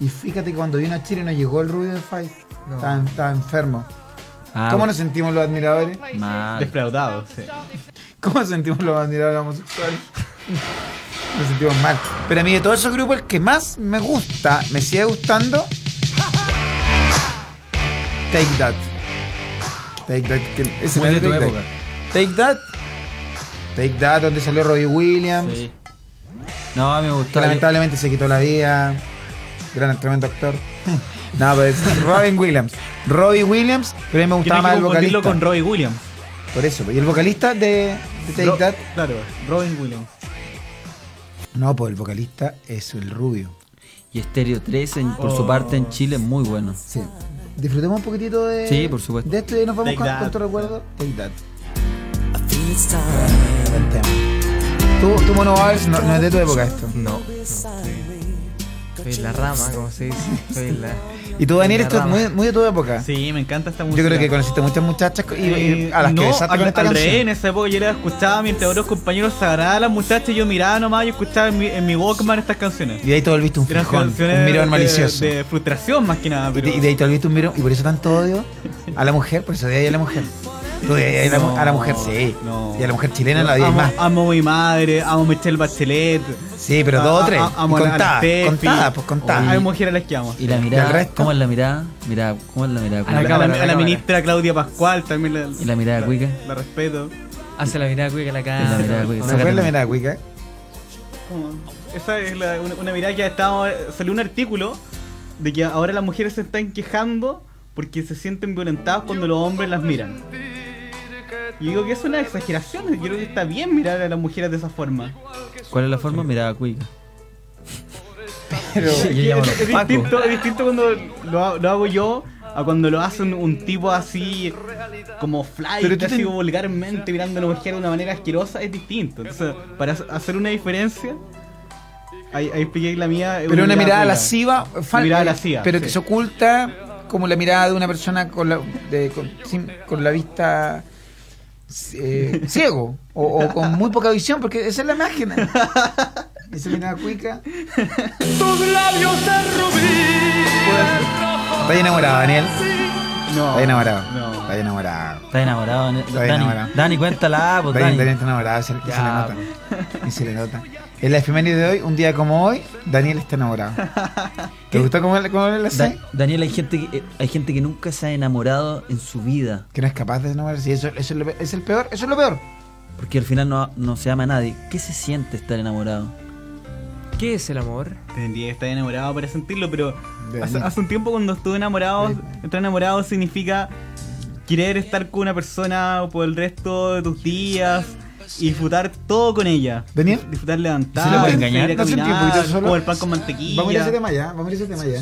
Speaker 4: Y fíjate que cuando vino a Chile no llegó el rubio de Five. Estaba, estaba enfermo.
Speaker 5: Ah,
Speaker 4: ¿Cómo nos sentimos los admiradores?
Speaker 5: mal.
Speaker 9: Defraudado, sí.
Speaker 4: ¿Cómo nos sentimos los admiradores homosexuales? Nos sentimos mal. Pero a mí de todos esos grupos el que más me gusta, me sigue gustando. Take That. Take That. que- ese
Speaker 5: Muy
Speaker 4: no
Speaker 5: de
Speaker 4: es
Speaker 5: tu
Speaker 4: Take That.
Speaker 5: época.
Speaker 4: Take That. Take That, donde salió Robbie Williams.
Speaker 5: Sí. No, a mí me
Speaker 4: que
Speaker 5: gustó.
Speaker 4: lamentablemente se quitó la vida. Gran, tremendo actor. no, pero es Robin Williams. Robbie Williams, pero a mí me gustaba
Speaker 9: Tienes
Speaker 4: más
Speaker 9: que
Speaker 4: el
Speaker 9: confundirlo
Speaker 4: vocalista.
Speaker 9: con Roy Williams.
Speaker 4: Por eso. Y el vocalista de, de Take
Speaker 9: Ro-
Speaker 4: That.
Speaker 9: Claro, Robin Williams.
Speaker 4: No, pues el vocalista es el rubio.
Speaker 5: Y Stereo 3, en- por
Speaker 4: Oh.
Speaker 5: su parte, en Chile, muy bueno.
Speaker 4: Sí. Disfrutemos un poquitito de,
Speaker 5: Sí, por supuesto.
Speaker 4: de esto y nos vamos
Speaker 9: Take
Speaker 4: con,
Speaker 9: that.
Speaker 4: con tu recuerdo. Take that. Buen tema. Tú, tú Mono Bowers, no, no es de tu época esto.
Speaker 3: No. no. Soy la rama, como se dice. Soy la.
Speaker 4: Y tú, Daniel, esto es muy, muy de tu época.
Speaker 9: Sí, me encanta esta música.
Speaker 4: Ah. Yo creo que conociste muchas muchachas y, y
Speaker 9: Eh,
Speaker 4: a las
Speaker 9: no,
Speaker 4: que besaste con
Speaker 9: al-
Speaker 4: esta
Speaker 9: al revés,
Speaker 4: canción.
Speaker 9: en esa época yo la escuchaba mientras otros compañeros se agarraban a las muchachas y yo miraba nomás y escuchaba en mi, en mi Walkman estas canciones.
Speaker 4: Y de ahí te volviste un
Speaker 9: Eran
Speaker 4: fijón,
Speaker 9: canciones
Speaker 4: un mirón
Speaker 9: eh, de-
Speaker 4: malicioso.
Speaker 9: De, frustración más que nada.
Speaker 4: Y
Speaker 9: Pero...
Speaker 4: de- y de ahí te volviste un mirón. Y por eso tanto odio a la mujer, por eso de ahí a la mujer. Tú de ahí a la, mu- a la mujer, sí.
Speaker 9: no.
Speaker 4: Y a la mujer chilena la odias
Speaker 9: amo,
Speaker 4: más.
Speaker 9: amo a mi madre, amo a Michelle Bachelet.
Speaker 4: Sí, pero
Speaker 9: a-
Speaker 4: dos o
Speaker 9: a-
Speaker 4: tres.
Speaker 9: a- amo a la- a la
Speaker 4: Contada,
Speaker 9: Steffi.
Speaker 4: contada, pues contada.
Speaker 9: Hay mujeres a las que amo.
Speaker 10: Y la
Speaker 4: ¿Y al
Speaker 10: mirada,
Speaker 4: resto?
Speaker 10: ¿cómo es la mirada? Mirada, ¿cómo es la mirada?
Speaker 9: A
Speaker 10: cuica?
Speaker 9: la, a la-
Speaker 4: cámara,
Speaker 9: a la
Speaker 4: cámara.
Speaker 9: ministra Claudia Pascual también la,
Speaker 10: ¿Y la mirada cuica?
Speaker 9: la respeto.
Speaker 3: Hace la mirada cuica en la
Speaker 10: Es la mirada
Speaker 3: cara.
Speaker 10: cuica,
Speaker 4: ¿Se
Speaker 10: sácate
Speaker 4: acuerdan la
Speaker 10: la-
Speaker 4: mirada cuica?
Speaker 9: Como- Esa es la- una, una mirada que estábamos. Salió un artículo de que ahora las mujeres se están quejando porque se sienten violentadas cuando los hombres las miran. Y digo que es una exageración. Yo creo que está bien mirar a las mujeres de esa forma.
Speaker 10: ¿Cuál es la forma? Mirada cuica.
Speaker 9: Es,
Speaker 10: Yo llamo a los
Speaker 9: es distinto, es distinto cuando lo, ha- lo hago yo a cuando lo hace un, un tipo así como fly,
Speaker 4: Pero tú
Speaker 9: así
Speaker 4: ten-
Speaker 9: como vulgarmente mirando a una mujer de una manera asquerosa, es distinto. Entonces, para ha- hacer una diferencia, ahí, ahí expliqué que la mía. es
Speaker 4: Pero una mirada
Speaker 9: cuica.
Speaker 4: lasciva, fal- eh,
Speaker 9: mirada lasciva,
Speaker 4: pero
Speaker 9: sí.
Speaker 4: que se oculta como la mirada de una persona con la, de- con, sin- con la vista eh, ciego o, o con muy poca visión, porque esa es la imagen. Esa mirada cuica. Está enamorado, Daniel.
Speaker 9: No.
Speaker 4: Está enamorado.
Speaker 9: No.
Speaker 4: Está enamorado.
Speaker 10: Está enamorado, Dani.
Speaker 4: enamorado.
Speaker 10: Dani, Dani, cuéntala, pues,
Speaker 4: Daniel,
Speaker 10: Dani.
Speaker 4: Daniel está enamorado, se, y se le nota. Y se le nota. En la efeméride de hoy, un día como hoy, Daniel está enamorado. ¿Te gustó cómo, cómo la
Speaker 10: Da-
Speaker 4: sé?
Speaker 10: Daniel, hay gente, que, eh, hay gente que nunca se ha enamorado en su vida.
Speaker 4: Que no es capaz de enamorarse. Y eso, eso es, lo, pe- es el peor, eso es lo peor.
Speaker 10: Porque al final no, no se ama a nadie. ¿Qué se siente estar enamorado?
Speaker 3: ¿Qué es el amor?
Speaker 9: Tendría que estar enamorado para sentirlo, pero
Speaker 4: De
Speaker 9: hace,
Speaker 4: Daniel.
Speaker 9: hace un tiempo cuando estuve enamorado, estar enamorado significa querer estar con una persona por el resto de tus días y disfrutar todo con ella.
Speaker 4: Daniel.
Speaker 9: Disfrutar
Speaker 4: ¿Se le
Speaker 9: levantar,
Speaker 4: puede
Speaker 9: salir
Speaker 4: engañar?
Speaker 9: a
Speaker 4: ¿No sentí un
Speaker 9: caminar,
Speaker 4: poquito solo?
Speaker 9: comer pan con mantequilla.
Speaker 4: Vamos a ir a ese tema ya, vamos a ir a ese tema ya.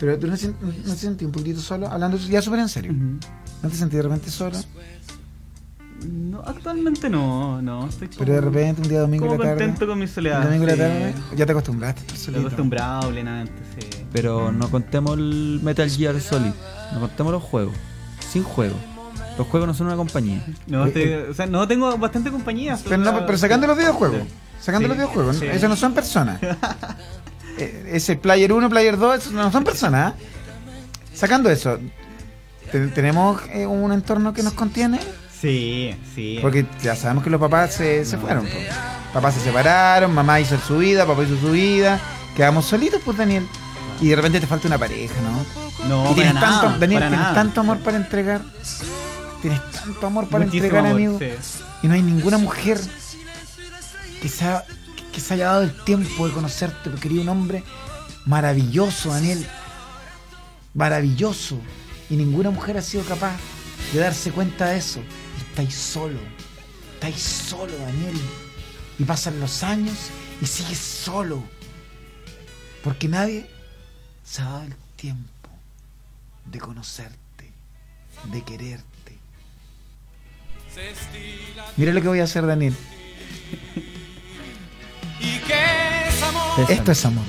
Speaker 4: Pero tú no, sen- no te sentí un poquitito solo, hablando ya súper en serio.
Speaker 9: Ujú.
Speaker 4: No te sentí de repente solo,
Speaker 9: No, actualmente no, no. Estoy
Speaker 4: pero de repente un día domingo
Speaker 9: como
Speaker 4: en la tarde.
Speaker 9: contento con mi soledad.
Speaker 4: un domingo en la
Speaker 9: sí.
Speaker 4: tarde, ya te acostumbraste. estar
Speaker 9: Estoy
Speaker 4: solito.
Speaker 9: acostumbrado plenamente, sí.
Speaker 10: Pero
Speaker 4: Mm.
Speaker 10: no contemos el Metal Gear Solid. No contemos los juegos. Sin juego. Los juegos no son una compañía.
Speaker 9: No,
Speaker 4: Eh,
Speaker 9: estoy- o sea, no tengo bastante compañía.
Speaker 4: Pero, no, pero sacando los videojuegos.
Speaker 9: Sí.
Speaker 4: Sacando
Speaker 9: Sí,
Speaker 4: los videojuegos.
Speaker 9: sí.
Speaker 4: Esos no son personas. Eh, Ese player 1, player 2, esos no son personas. ¿ah? Sacando eso, te- ¿tenemos eh, un entorno que nos contiene?
Speaker 9: Sí, sí.
Speaker 4: Porque ya sabemos que los papás se, se fueron. po. Papás se separaron, mamá hizo su vida, papá hizo su vida. Quedamos solitos, pues, Daniel. Y de repente te falta una pareja, ¿no?
Speaker 9: no,
Speaker 4: y tienes
Speaker 9: para nada,
Speaker 4: tanto, Daniel,
Speaker 9: para
Speaker 4: tienes
Speaker 9: nada.
Speaker 4: tanto amor para entregar. Tienes tanto amor para
Speaker 9: Muchísimo
Speaker 4: entregar,
Speaker 9: amor,
Speaker 4: amigo.
Speaker 9: sí.
Speaker 4: Y no hay ninguna mujer que se, ha- que se haya dado el tiempo de conocerte, porque quería un hombre maravilloso, Daniel. Maravilloso. Y ninguna mujer ha sido capaz de darse cuenta de eso. Y estáis solo. Estáis solo, Daniel. Y pasan los años y sigues solo. Porque nadie se ha dado el tiempo de conocerte, de quererte. Mira lo que voy a hacer, Daniel.
Speaker 10: Pésame.
Speaker 4: Esto es amor.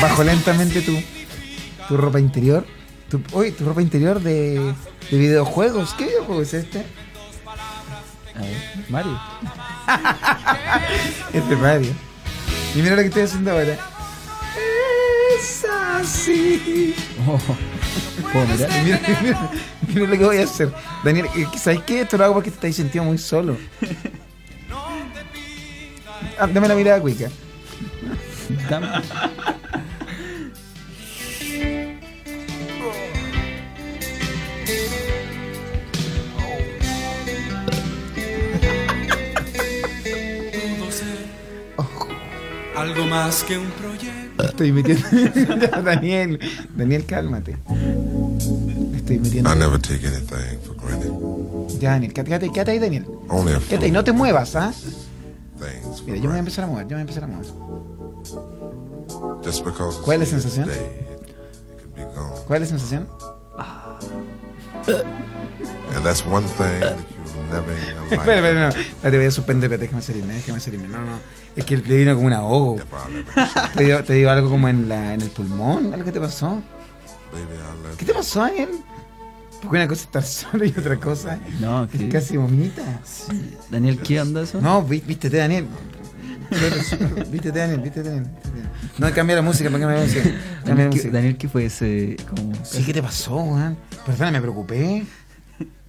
Speaker 4: Bajo lentamente tu, tu ropa interior. Tu, uy, tu ropa interior de, de videojuegos. ¿Qué videojuego es este?
Speaker 10: A ver, Mario.
Speaker 4: Este Mario. Y mira lo que estoy haciendo ahora. Es así.
Speaker 10: Oh, ¿Puedo mirar?
Speaker 4: Y Mira, mira- mira lo que voy a hacer. Daniel, eh, ¿sabes qué? Esto lo hago porque te estás sintiendo muy solo. Ah, dame la mirada cuica.
Speaker 10: Dame-
Speaker 11: Algo más que un proyecto.
Speaker 4: Estoy metiendo. Daniel, Daniel, cálmate. Le Estoy metiendo.
Speaker 11: I never take anything for granted.
Speaker 4: Ya, Daniel, quédate, quédate- quédate ahí, Daniel.
Speaker 11: Only a few
Speaker 4: Quédate ahí, no te muevas, ¿ah?
Speaker 11: things for
Speaker 4: Mira, yo me voy a
Speaker 11: granted.
Speaker 4: empezar a mover, yo me voy a empezar a mover.
Speaker 11: Just because it's
Speaker 4: ¿Cuál es la
Speaker 11: here
Speaker 4: sensación?
Speaker 11: today, it could be gone.
Speaker 4: ¿Cuál es la sensación?
Speaker 11: And that's one thing that you'll never in your life
Speaker 4: Uh. Espera, espera, no. Ah, Te voy a suspender, espérate, déjame salirme, déjame salirme. No, no. Es que le vino como un ahogo.
Speaker 11: get by living.
Speaker 4: Te dio, te dio algo como en, la, en el pulmón, algo que te pasó. ¿Qué te pasó, Ángel? Porque una cosa es estar solo y otra cosa
Speaker 5: No,
Speaker 4: es
Speaker 5: que-
Speaker 4: casi vomita.
Speaker 5: Daniel, ¿qué onda eso?
Speaker 4: No, vi- vístete, Daniel. vístete, Daniel, vístete, Daniel. No, cambia la música, cambia la música. Cambia la
Speaker 5: Daniel, ¿qué,
Speaker 4: música.
Speaker 5: Daniel, ¿qué fue ese? Como...
Speaker 4: Sí, ¿qué te pasó, weón? Perdona, me preocupé.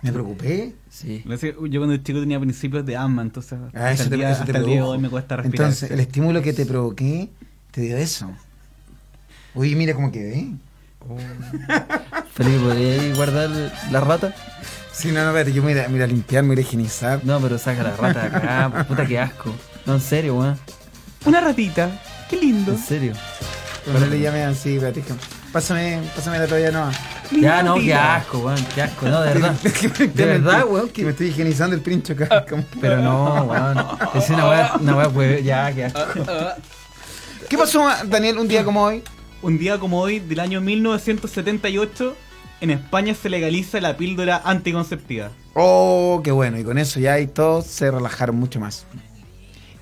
Speaker 4: Me preocupé.
Speaker 5: Sí.
Speaker 9: Lo sé, Yo cuando chico tenía principios de asma, entonces
Speaker 4: Ah,
Speaker 9: hasta,
Speaker 4: eso
Speaker 9: el
Speaker 4: te,
Speaker 9: día,
Speaker 4: eso te
Speaker 9: hasta el día de
Speaker 4: produjo.
Speaker 9: hoy me cuesta respirar.
Speaker 4: Entonces,
Speaker 9: sí.
Speaker 4: el estímulo que te provoqué te dio eso. Uy, mira cómo quedé.
Speaker 5: Felipe, ¿podrías guardar la rata?
Speaker 4: Sí, no, no, espérate, yo me iré a limpiar, me iré a higienizar.
Speaker 5: No, pero saca la rata de acá, pues, puta que asco. No, en serio, weón.
Speaker 9: Una ratita, qué lindo.
Speaker 5: En serio.
Speaker 4: Pero no le llamé así, espérate. que- Pásame, pásame la toalla nueva.
Speaker 5: Ya, no, qué asco, weón, qué asco, no, de verdad. De verdad, weón,
Speaker 4: Que me estoy higienizando el pincho acá. como-
Speaker 5: Pero no, weón. Es una weá, una weá, pues, ya, qué asco.
Speaker 4: Ah, ¿Qué pasó, Daniel, un día como hoy?
Speaker 9: Un día como hoy, del año 1978, en España se legaliza la píldora anticonceptiva.
Speaker 4: Oh, qué bueno. Y con eso ya y todos se relajaron mucho más.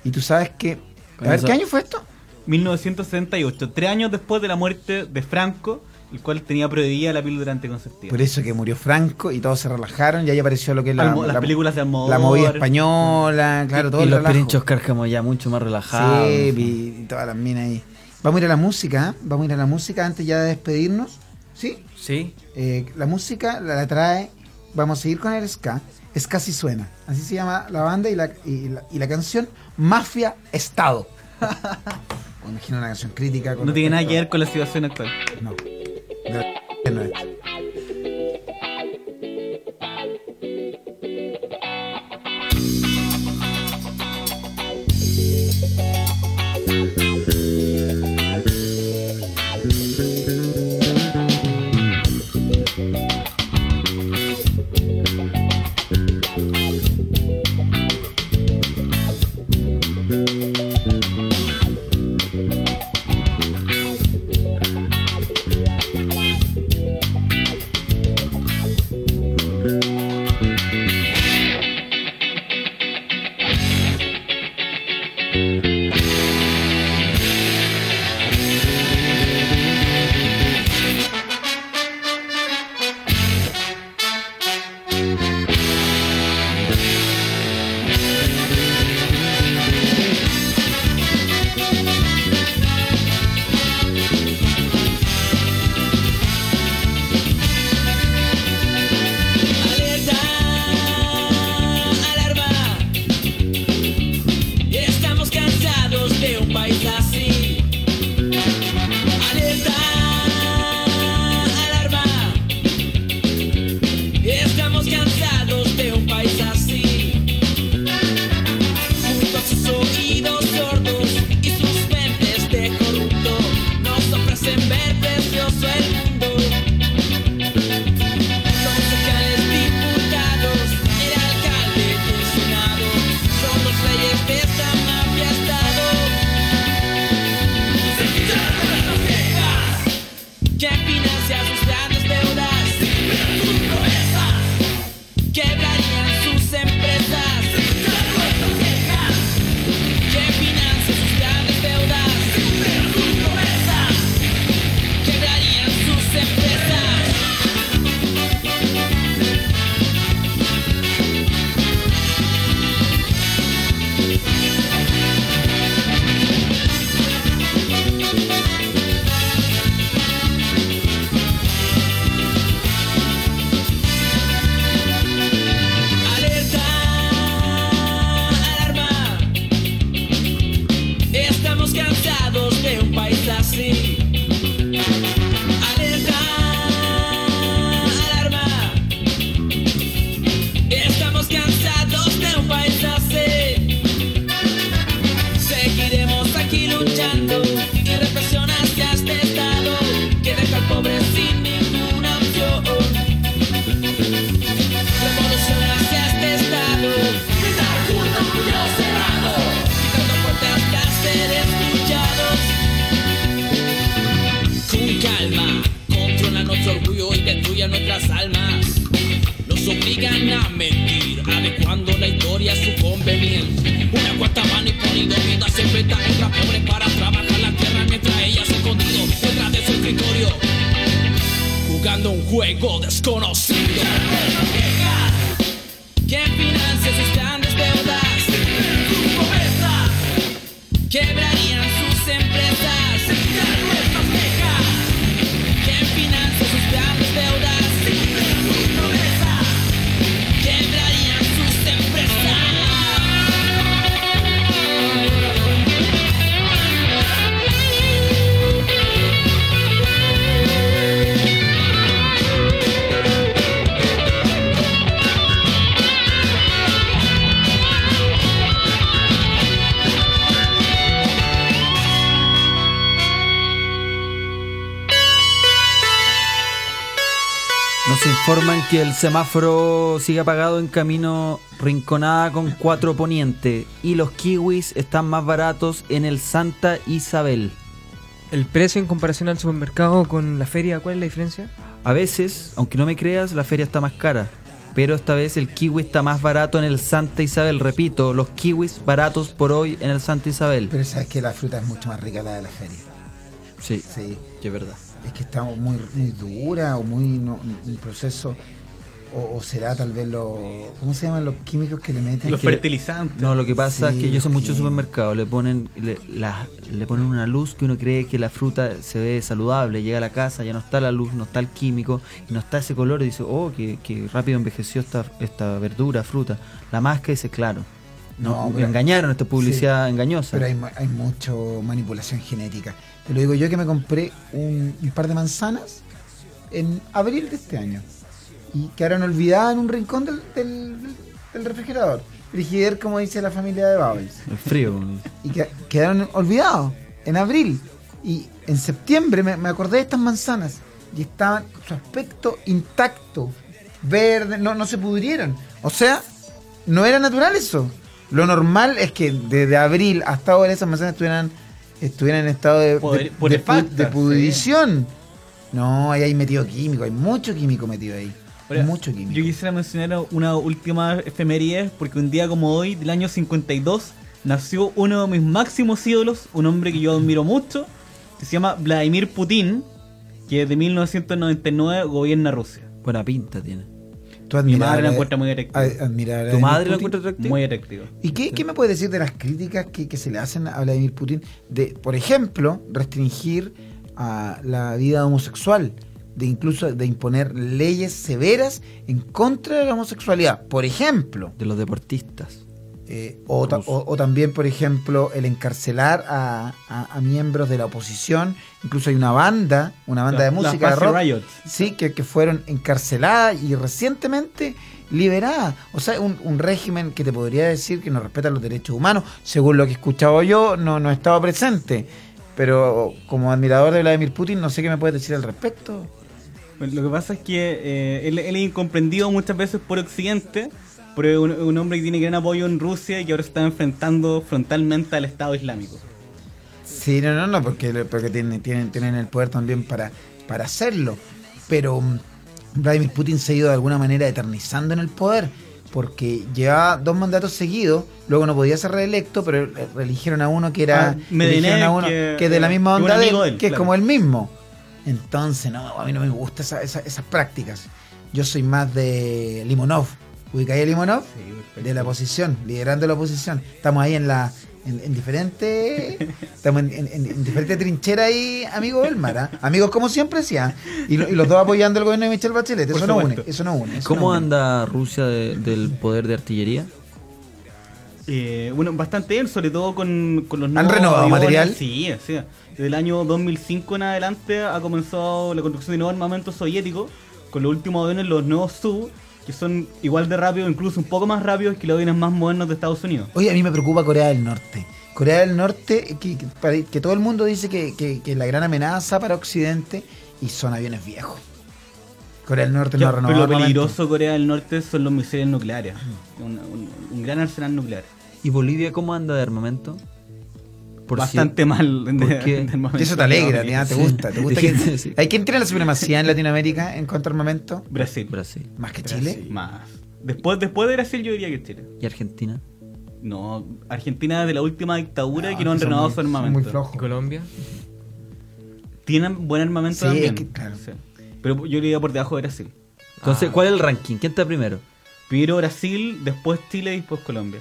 Speaker 4: Y tú sabes que... A
Speaker 5: Con
Speaker 4: ver,
Speaker 5: eso-
Speaker 4: ¿qué año fue esto?
Speaker 9: 1978, tres años después de la muerte de Franco, el cual tenía prohibida la píldora anticonceptiva.
Speaker 4: Por e- eso que murió Franco y todos se relajaron y ahí apareció lo que es la,
Speaker 9: Almo- las
Speaker 4: la-
Speaker 9: películas de Almodóvar.
Speaker 4: la movida española, claro, todo
Speaker 5: y
Speaker 4: el
Speaker 5: los
Speaker 4: relajo.
Speaker 5: pinchos cárcamo ya mucho más relajados.
Speaker 4: Sí, y, y todas las minas ahí. Vamos a ir a la música, ¿eh? vamos a ir a la música antes ya de despedirnos. ¿Sí?
Speaker 3: Sí.
Speaker 4: Eh, la música la, la trae, vamos a seguir con el ska. Es casi suena. Así se llama la banda y la, y la, y la canción Mafia Estado. Me Imagino una canción crítica. con
Speaker 9: No tiene nada que
Speaker 4: respecto-
Speaker 9: ver con la situación actual.
Speaker 4: No. De- no es.
Speaker 12: Alerta, alarma. Estamos cansados de un país así. Alerta, alarma. Estamos cansados de un país así. Junto a sus oídos sordos y sus mentes de corrupto, nos ofrecen ver precioso el mundo. Concejales, diputados, el alcalde y el senado son los reyes de esta mafia estado. Se quitarán las fronteras que financian sus grandes deudas, se quitarán sus proezas, quebrarían sus empresas. Se quitarán las fronteras que financian sus grandes deudas, se quitarán sus proezas, quebrarían sus empresas. Alerta, alarma. Estamos cansados de un país así. Alerta, alarma. Estamos cansados de un país así. Seguiremos aquí luchando y represión hacia este estado que deja al pobre sin ninguna opción. Revolución hacia este estado Gritar junto a puño cerrado Quitando puertas para ser escuchados Con calma Controla nuestro orgullo y destruye nuestras almas Nos obligan a mentir Adecuando la historia a su conveniencia Una cuarta mano y por idoneidad Se enfrenta a otras pobres para trabajar la tierra Mientras ella se escondido detrás de su escritorio jugando un juego desconocido. Que financia sus grandes deudas. Tu pobreza. Quebrarían sus empresas. Nuestras quejas. Que financia sus grandes deudas. Tu pobreza. Quebrarían sus empresas.
Speaker 5: Nos informan que el semáforo sigue apagado en camino Rinconada con 4 Poniente y los kiwis están más baratos en el Santa Isabel.
Speaker 3: ¿El precio en comparación al supermercado con la feria, cuál es la diferencia?
Speaker 5: A veces, aunque no me creas, la feria está más cara. Pero esta vez el kiwi está más barato en el Santa Isabel. Repito, los kiwis baratos por hoy en el Santa Isabel.
Speaker 4: Pero sabes que la fruta es mucho más rica la de la feria.
Speaker 5: Sí,
Speaker 4: sí.
Speaker 5: que es verdad.
Speaker 4: Es que está muy, muy dura o muy no, el proceso. O, o será tal vez los. ¿Cómo se llaman los químicos que le meten?
Speaker 9: Los
Speaker 4: Que-
Speaker 9: fertilizantes.
Speaker 5: No, lo que pasa
Speaker 4: Sí,
Speaker 5: es que yo sé
Speaker 4: los
Speaker 5: muchos
Speaker 4: químicos.
Speaker 5: supermercados le ponen le, la- le ponen una luz que uno cree que la fruta se ve saludable, llega a la casa, ya no está la luz, no está el químico, y no está ese color y dice, oh, que, que rápido envejeció esta, esta verdura, fruta. La máscara dice, claro. No,
Speaker 4: No,
Speaker 5: me
Speaker 4: pero-
Speaker 5: engañaron, esta publicidad
Speaker 4: Sí.
Speaker 5: engañosa.
Speaker 4: Pero hay, mu- hay mucho manipulación genética. Te lo digo yo que me compré un, un par de manzanas en abril de este año. Y quedaron olvidadas en un rincón del, del, del refrigerador. Frigider, como dice la familia de Babels.
Speaker 5: El frío.
Speaker 4: Y que- quedaron olvidados en abril. Y en septiembre me, me acordé de estas manzanas. Y estaban su aspecto intacto. Verde, no, no se pudrieron. O sea, no era natural eso. Lo normal es que desde abril hasta ahora esas manzanas estuvieran, estuvieran en estado de,
Speaker 9: Poder-
Speaker 4: de- de,
Speaker 9: putrefacta,
Speaker 4: pu- de pudrición. No, ahí hay metido químico, hay mucho químico metido ahí.
Speaker 9: Ahora,
Speaker 4: mucho químico.
Speaker 9: Yo quisiera mencionar una última efeméride, porque un día como hoy, del año 52, nació uno de mis máximos ídolos, un hombre que yo admiro mucho, que se llama Vladimir Putin, que desde 1999 gobierna Rusia.
Speaker 5: Buena pinta tiene.
Speaker 4: Tú
Speaker 9: Mi
Speaker 4: admirar
Speaker 9: madre
Speaker 4: a-
Speaker 9: la encuentra muy atractiva.
Speaker 4: a- admirar a
Speaker 5: ¿Tu madre
Speaker 4: Putin?
Speaker 5: la encuentra atractiva?
Speaker 9: Muy atractiva.
Speaker 4: ¿Y qué, qué me puedes decir de las críticas que, que se le hacen a Vladimir Putin de, por ejemplo, restringir a la vida homosexual, de incluso de imponer leyes severas en contra de la homosexualidad, por ejemplo?
Speaker 5: De los deportistas.
Speaker 4: Eh, o, ta- o- o también, por ejemplo, el encarcelar a, a- a miembros de la oposición. Incluso hay una banda, una banda
Speaker 9: La-
Speaker 4: de
Speaker 9: la
Speaker 4: música de
Speaker 9: Pussy
Speaker 4: rock,
Speaker 9: Riot.
Speaker 4: sí, que, que fueron encarceladas y recientemente liberadas. O sea, un, un régimen que te podría decir que no respeta los derechos humanos. Según lo que he escuchado yo, no, no he estado presente. Pero como admirador de Vladimir Putin, no sé qué me puedes decir al respecto.
Speaker 9: Bueno, Lo que pasa es que eh, él, él es incomprendido muchas veces por Occidente, pero es un, es un hombre que tiene gran apoyo en Rusia y que ahora se está enfrentando frontalmente al Estado Islámico.
Speaker 4: Sí, no, no, no, porque, porque tienen, tienen, tienen el poder también para, para hacerlo. Pero mm, Vladimir Putin se ha ido de alguna manera eternizando en el poder, porque llevaba dos mandatos seguidos, luego no podía ser reelecto, pero eh, eligieron a uno que era
Speaker 9: Ah, Medvedev,
Speaker 4: eligieron a uno
Speaker 9: que-
Speaker 4: que es de la misma
Speaker 9: que un
Speaker 4: onda de él,
Speaker 9: amigo de él,
Speaker 4: que es
Speaker 9: claro.
Speaker 4: como él mismo. Entonces, no, a mí no me gustan esa- esa- esas prácticas. Yo soy más de Limonov. ¿Ubicáis a Limonov? de la oposición, liderando la oposición. Estamos ahí en la en, en diferentes estamos en, en- en- en diferentes trincheras ahí, amigo Belmar, ¿ah? amigos como siempre sí, ¿ah? y, lo- y los dos apoyando el gobierno de Michelle Bachelet,
Speaker 9: Por
Speaker 4: eso no une,
Speaker 9: supuesto.
Speaker 4: eso no une. eso no
Speaker 5: ¿Cómo
Speaker 4: une.
Speaker 5: anda Rusia de- del poder de artillería?
Speaker 9: Eh, bueno, bastante bien, sobre todo con, con los
Speaker 4: ¿Han renovado material?
Speaker 9: Sí, sí. Desde el año 2005 en adelante ha comenzado la construcción de nuevos armamentos soviéticos, con los últimos aviones, los nuevos Su, que son igual de rápidos, incluso un poco más rápidos que los aviones más modernos de Estados Unidos.
Speaker 4: Oye, a mí me preocupa Corea del Norte. Corea del Norte, que, que- para- que todo el mundo dice que, que- que es la gran amenaza para Occidente y son aviones viejos. Corea del Norte no
Speaker 9: Ya,
Speaker 4: ha
Speaker 9: pero
Speaker 4: renovado
Speaker 9: lo
Speaker 4: armamento.
Speaker 9: peligroso de Corea del Norte son los misiles nucleares, un, un- un gran arsenal nuclear.
Speaker 5: ¿Y Bolivia cómo anda de armamento? Por si-
Speaker 9: Bastante mal. de-
Speaker 5: ¿Por qué?
Speaker 9: de armamento.
Speaker 4: Y eso te alegra, ¿ya? te
Speaker 5: Sí.
Speaker 4: gusta, te gusta.
Speaker 5: Sí,
Speaker 4: que-
Speaker 5: sí, sí.
Speaker 4: ¿Hay quien tiene la supremacía en Latinoamérica en cuanto a armamento?
Speaker 9: Brasil.
Speaker 5: Brasil
Speaker 4: Más que Chile.
Speaker 9: Brasil. Más. Después, después de Brasil yo diría que Chile.
Speaker 5: y Argentina.
Speaker 4: Ah.
Speaker 9: No, Argentina desde la última dictadura
Speaker 4: No,
Speaker 9: que no han
Speaker 4: son
Speaker 9: renovado
Speaker 4: muy-
Speaker 9: su
Speaker 4: son
Speaker 9: armamento.
Speaker 4: Muy flojo.
Speaker 3: ¿Y Colombia?
Speaker 9: Tienen buen armamento
Speaker 4: Sí,
Speaker 9: también.
Speaker 4: es que, claro.
Speaker 9: Sí. Pero yo le iba por debajo de Brasil.
Speaker 5: Entonces, ¿cuál es el ranking? ¿Quién está primero?
Speaker 9: Primero Brasil, después Chile y después Colombia.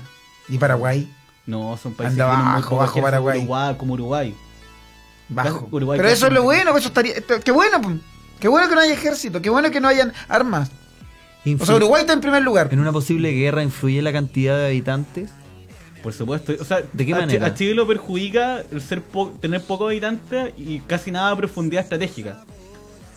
Speaker 4: ¿Y Paraguay?
Speaker 9: No, son países
Speaker 4: Anda
Speaker 9: que tienen muy
Speaker 4: bajo,
Speaker 9: pocos
Speaker 4: bajo
Speaker 9: que son
Speaker 4: Paraguay.
Speaker 9: Uruguay, como Uruguay.
Speaker 4: Bajo.
Speaker 9: Uruguay
Speaker 4: Pero
Speaker 9: casi
Speaker 4: eso es
Speaker 9: no
Speaker 4: lo bueno, pues eso estaría. esto- Qué bueno, pum. qué bueno que no haya ejército, qué bueno que no hayan armas. O sea, Uruguay está en primer lugar.
Speaker 5: En una posible guerra influye la cantidad de habitantes.
Speaker 9: Por supuesto. O sea,
Speaker 5: ¿De qué
Speaker 9: a Chi-
Speaker 5: manera?
Speaker 9: A Chile lo perjudica el ser po- tener pocos habitantes y casi nada de profundidad estratégica.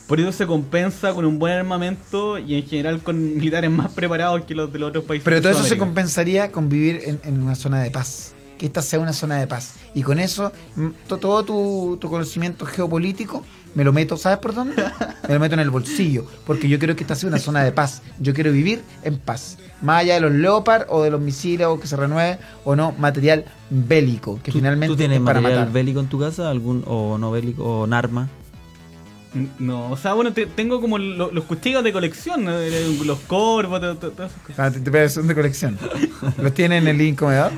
Speaker 9: Por eso se compensa con un buen armamento y en general con militares más preparados que los de los otros países.
Speaker 4: Pero
Speaker 9: de
Speaker 4: todo eso se
Speaker 9: Sudamérica.
Speaker 4: compensaría con vivir en, en una zona de paz. Que esta sea una zona de paz. Y con eso, mm, to- todo tu, tu conocimiento geopolítico, me lo meto, ¿sabes por dónde? Me lo meto en el bolsillo. Porque yo quiero que esta sea una zona de paz. Yo quiero vivir en paz. Más allá de los Leopard o de los misiles o que se renueve o no, material bélico. Que finalmente
Speaker 5: ¿Tú tienes
Speaker 4: es para
Speaker 5: material
Speaker 4: matar.
Speaker 5: bélico en tu casa? ¿Algún o no bélico o un arma?
Speaker 9: No, o sea, bueno, te- tengo como lo- los cuchillos de colección, ¿no? Eh, los corvos, to- to- todas esas cosas.
Speaker 4: Ah, te- te- son de colección. ¿Los tienen en el living comedor?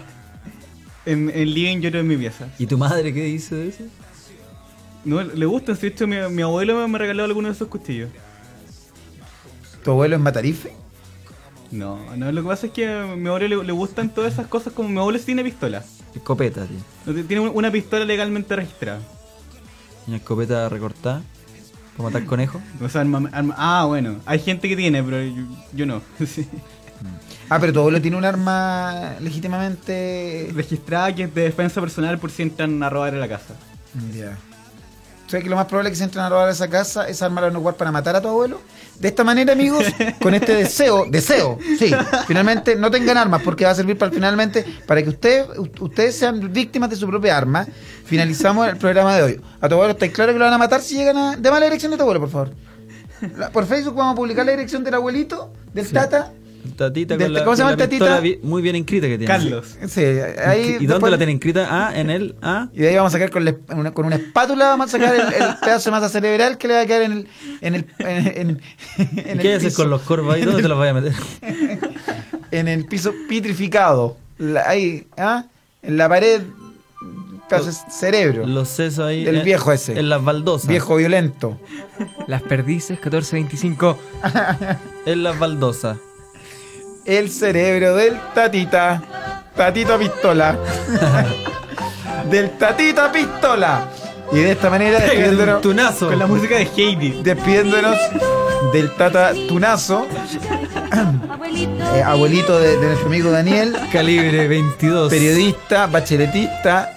Speaker 9: En, en living yo creo en mi pieza.
Speaker 5: ¿Y tu madre qué dice de eso?
Speaker 9: No, le gustan, si esto mi, mi abuelo me, me regaló alguno de esos cuchillos.
Speaker 4: ¿Tu abuelo es matarife?
Speaker 9: No, no, lo que pasa es que a mi abuelo le, le gustan todas esas cosas como mi abuelo sí tiene pistola.
Speaker 5: Escopeta, tío.
Speaker 9: No, t- Tiene un- una pistola legalmente registrada.
Speaker 5: Una escopeta recortada. ¿Para matar conejos?
Speaker 9: O sea, arma- arma- ah, bueno, hay gente que tiene, pero yo, yo no. Sí.
Speaker 4: Ah, pero tu abuelo tiene un arma legítimamente.
Speaker 9: Registrada que es de defensa personal por si entran a robar a la casa.
Speaker 4: Ya. O sea que lo más probable es que se entren a robar esa casa, esa arma la van a ocupar para matar a tu abuelo. De esta manera, amigos, con este deseo, deseo, sí, finalmente no tengan armas porque va a servir para finalmente para que ustedes ustedes sean víctimas de su propia arma. Finalizamos el programa de hoy. A tu abuelo, ¿estáis claro que lo van a matar si llegan a. Deme la dirección de tu abuelo, por favor. La- por Facebook vamos a publicar la dirección del abuelito, del Tata.
Speaker 5: Tatita
Speaker 4: Del-
Speaker 5: con la,
Speaker 4: este, ¿cómo se llama
Speaker 5: con la
Speaker 4: el tatita?
Speaker 5: pistola bi- muy bien inscrita que tiene.
Speaker 9: Carlos.
Speaker 4: Sí, ahí
Speaker 5: ¿Y
Speaker 4: después-
Speaker 5: dónde la tiene inscrita? Ah, en el ah.
Speaker 4: Y de ahí vamos a sacar con, la esp- una, con una espátula, vamos a sacar el, el pedazo de masa cerebral que le va a quedar en el. En el en, en- en
Speaker 5: ¿Y ¿Qué
Speaker 4: el
Speaker 5: haces
Speaker 4: piso,
Speaker 5: con los corvos ahí? ¿Dónde te los voy a meter?
Speaker 4: en el piso petrificado. La- ahí, ¿ah? En la pared, pedazo de cerebro.
Speaker 5: Los sesos ahí.
Speaker 4: Del
Speaker 5: en-
Speaker 4: viejo ese.
Speaker 5: En las baldosas.
Speaker 4: Viejo violento.
Speaker 3: Las perdices 1425.
Speaker 5: En las baldosas.
Speaker 4: El cerebro del tatita. Tatita pistola. del tatita pistola. Y de esta manera despidiéndonos,
Speaker 5: tunazo.
Speaker 9: Con la música de Heidi.
Speaker 4: despidiéndonos del tata tunazo. eh, abuelito de, de nuestro amigo Daniel,
Speaker 5: Calibre 22.
Speaker 4: periodista, bacheletista,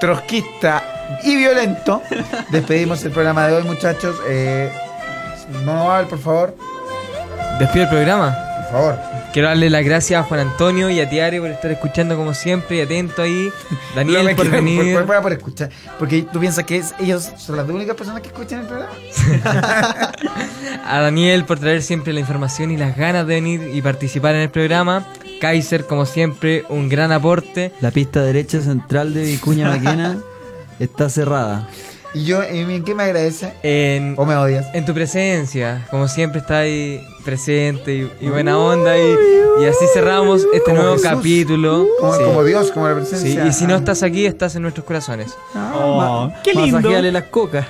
Speaker 4: trotskista y violento. Despedimos el programa de hoy, muchachos. Eh, no Noval, por favor,
Speaker 3: Despido el programa.
Speaker 4: por favor.
Speaker 3: Quiero darle las gracias a Juan Antonio y a Tiare por estar escuchando como siempre y atento ahí.
Speaker 4: No me
Speaker 3: Daniel por
Speaker 4: quiero-
Speaker 3: venir.
Speaker 4: Por, por- por escuchar. Porque tú piensas que es- ellos son las únicas personas que escuchan el programa.
Speaker 3: A Daniel por traer siempre la información y las ganas de venir y participar en el programa. Kaiser, como siempre, un gran aporte.
Speaker 5: La pista derecha central de Vicuña Maquena está cerrada.
Speaker 4: Y yo, ¿en qué me agradece?
Speaker 3: En,
Speaker 4: ¿O me odias?
Speaker 3: en tu presencia, como siempre, está ahí presente y, y buena onda. Y, y así cerramos este
Speaker 4: Como
Speaker 3: nuevo
Speaker 4: Jesús.
Speaker 3: capítulo.
Speaker 4: Como,
Speaker 3: Sí.
Speaker 4: como Dios, como la
Speaker 3: Sí,
Speaker 4: presencia.
Speaker 3: y si no
Speaker 4: Ah.
Speaker 3: estás aquí, estás en nuestros corazones.
Speaker 9: Oh, qué lindo.
Speaker 5: Masajéale las cocas.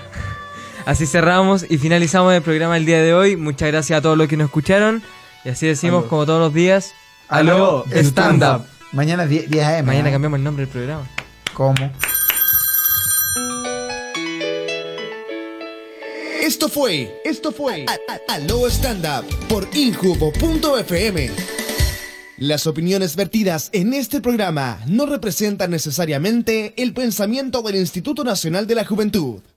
Speaker 3: Así cerramos y finalizamos el programa el día de hoy. Muchas gracias a todos los que nos escucharon. Y así decimos,
Speaker 9: Aló.
Speaker 3: como todos los días,
Speaker 4: Aló,
Speaker 3: aló, stand up.
Speaker 4: Mañana 10, 10 AM.
Speaker 3: Mañana
Speaker 4: ¿eh?
Speaker 3: cambiamos el nombre del programa.
Speaker 4: ¿Cómo?
Speaker 2: Esto fue, esto fue A- A- Aló Stand Up por Injubo.fm. Las opiniones vertidas en este programa no representan necesariamente el pensamiento del Instituto Nacional de la Juventud,